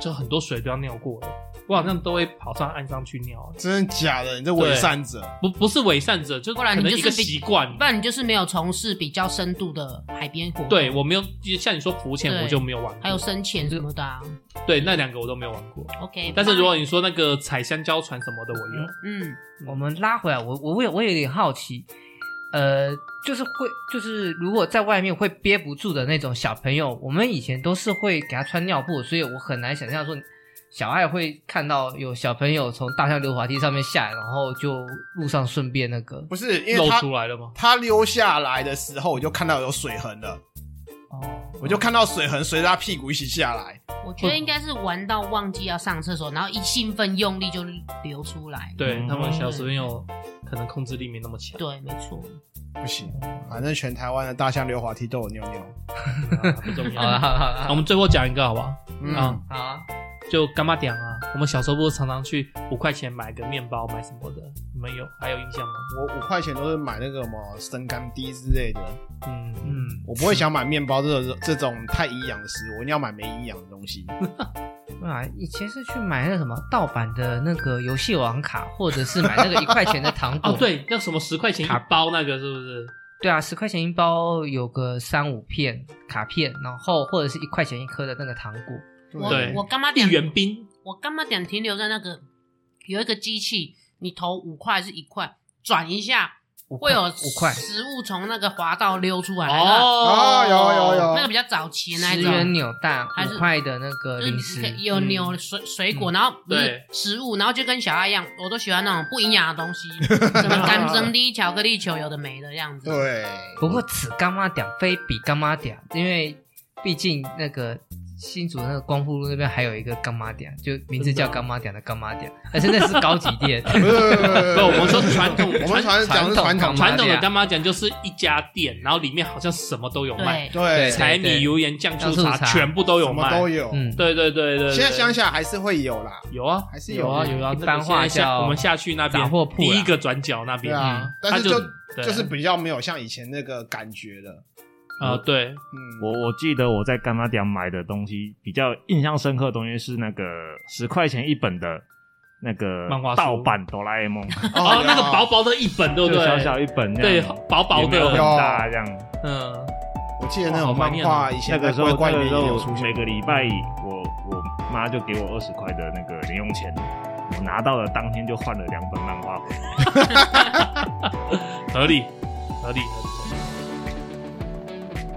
就很多水都要尿过哎，我好像都会跑上岸上去尿，啊
真的假的？你这伪善者，
不不是伪善者，就
不然
可
你
能
就是
一个
比
习惯。
不然你就是没有从事比较深度的海边活动，
对我没有，就像你说浮潜，
对
我就没有玩过。
还有哎深潜什么的、啊。
对那两个我都没有玩过。
OK，
但是如果
拜
你说那个踩香蕉船什么的，我有。
嗯，
我们拉回来，我我我有我有点好奇，呃，就是会就是如果在外面会憋不住的那种小朋友，我们以前都是会给他穿尿布，所以我很难想象说小爱会看到有小朋友从大象溜滑梯上面下来，然后就路上顺便那个
不是因为
露
他
出来了吗？
他溜下来的时候，我就看到有水痕了，
哦，
我就看到水痕随着他屁股一起下来。
我觉得应该是玩到忘记要上厕所，然后一兴奋用力就流出来。
对、
嗯
他们小朋友可能控制力没那么强。
对，没错。
不行，反正全台湾的大象溜滑梯都有尿尿。
啊不重要。
好了
啊
好了好了，
我们最后讲一个好不好？
嗯
啊，
好啊，
就干妈点啊，我们小时候不是常常去五块钱买个面包，买什么的？你们有还有印象吗？
我五块钱都是买那个什么生干滴之类的，
嗯嗯，
我不会想买面包这种这种太营养的食物，我一定要买没营养的东西。
啊，以前是去买那什么盗版的那个游戏王卡，或者是买那个一块钱的糖果。
哦对，那什么十块钱一包那个是不是？
对啊，十块钱一包有个三五片卡片，然后或者是一块钱一颗的那个糖果。
我
对
我干嘛
一
点
元冰
我干嘛点停留在那个有一个机器，你投五块还是一块，转一下
五块
会有
五块
食物从那个滑道溜出来。
哦
啊，有有
那
有，
个那个比较早期那
十
一
元
种，
扭蛋
还是
五块的那个呃零
就是
食
你可以有
嗯
牛水水果，然后不是
对
食物，然后就跟小爱一样，我都喜欢那种不营养的东西，什么干蒸的、巧克力球，有的没的这样子。
对，
不过此干妈点非彼干妈点，因为毕竟那个新竹那个光复路那边还有一个干妈点，就名字叫干妈点的干妈点，而且那是高级店。
不
不，我们说传统
我们传讲的是传
干
统
妈店
传统的干妈讲就是一家店，然后里面好像什么都有卖，
对，
对，
对
柴米油盐酱醋
酱
茶
醋茶
全部都有
什么
卖
都。有。
嗯，
对对对对对，
现在乡下还是会有啦，
有啊，
还是
有
有
啊有啊。
一
那个
般
现在
话
下
叫
我们下去那边
杂货铺
第
啦
一个转角那
对
边，
啊
嗯，
但
它
是
就
就
对
就是比较没有像以前那个感觉了。
呃对，
嗯，
我我记得我在干妈店买的东西，比较印象深刻的东西是那个十块钱一本的那个
漫画书
盗版哆啦 A 梦，
哦那个薄
有，
薄的一本， 对不
就
对？
小小一本这
对
样，
薄薄
也没有很
的，
大这样。
嗯，
我记得那
哇好
种
怀
漫
念
画
哦
以
那
前
个
在
时候，
乖乖
那
里
个
面
时
有出
候每
现。
个礼拜我我妈就给我二十块的那个零用钱，我拿到了当天就换了两本漫画回来。
合理合理合理。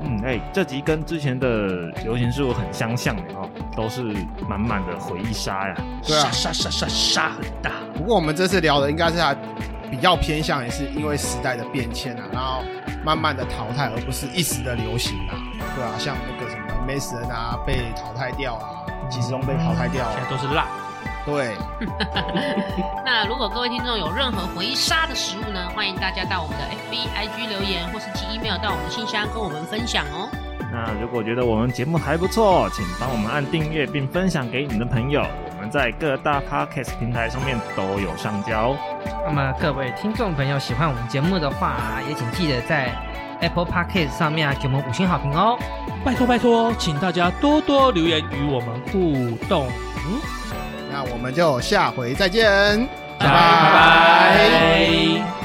嗯，哎、这集跟之前的流行事物很相像的哦，都是满满的回忆杀呀。
对啊
杀杀杀杀杀很大，
不过我们这次聊的应该是它比较偏向也是因为时代的变迁啊，然后慢慢的淘汰，而不是一时的流行啊。对啊，像那个什么 Mason 啊被淘汰掉啊，即时中被淘汰掉
现在
啊，
都是辣。
对，
那如果各位听众有任何回忆杀的食物呢，欢迎大家到我们的 FB、IG 留言，或是寄 email 到我们的信箱跟我们分享哦。
那如果觉得我们节目还不错，请帮我们按订阅并分享给你的朋友。我们在各大 podcast 平台上面都有上架哦。
那么各位听众朋友，喜欢我们节目的话，也请记得在 Apple Podcast 上面啊给我们五星好评哦。
拜托拜托，请大家多多留言与我们互动，
那我们就下回再见，
拜拜。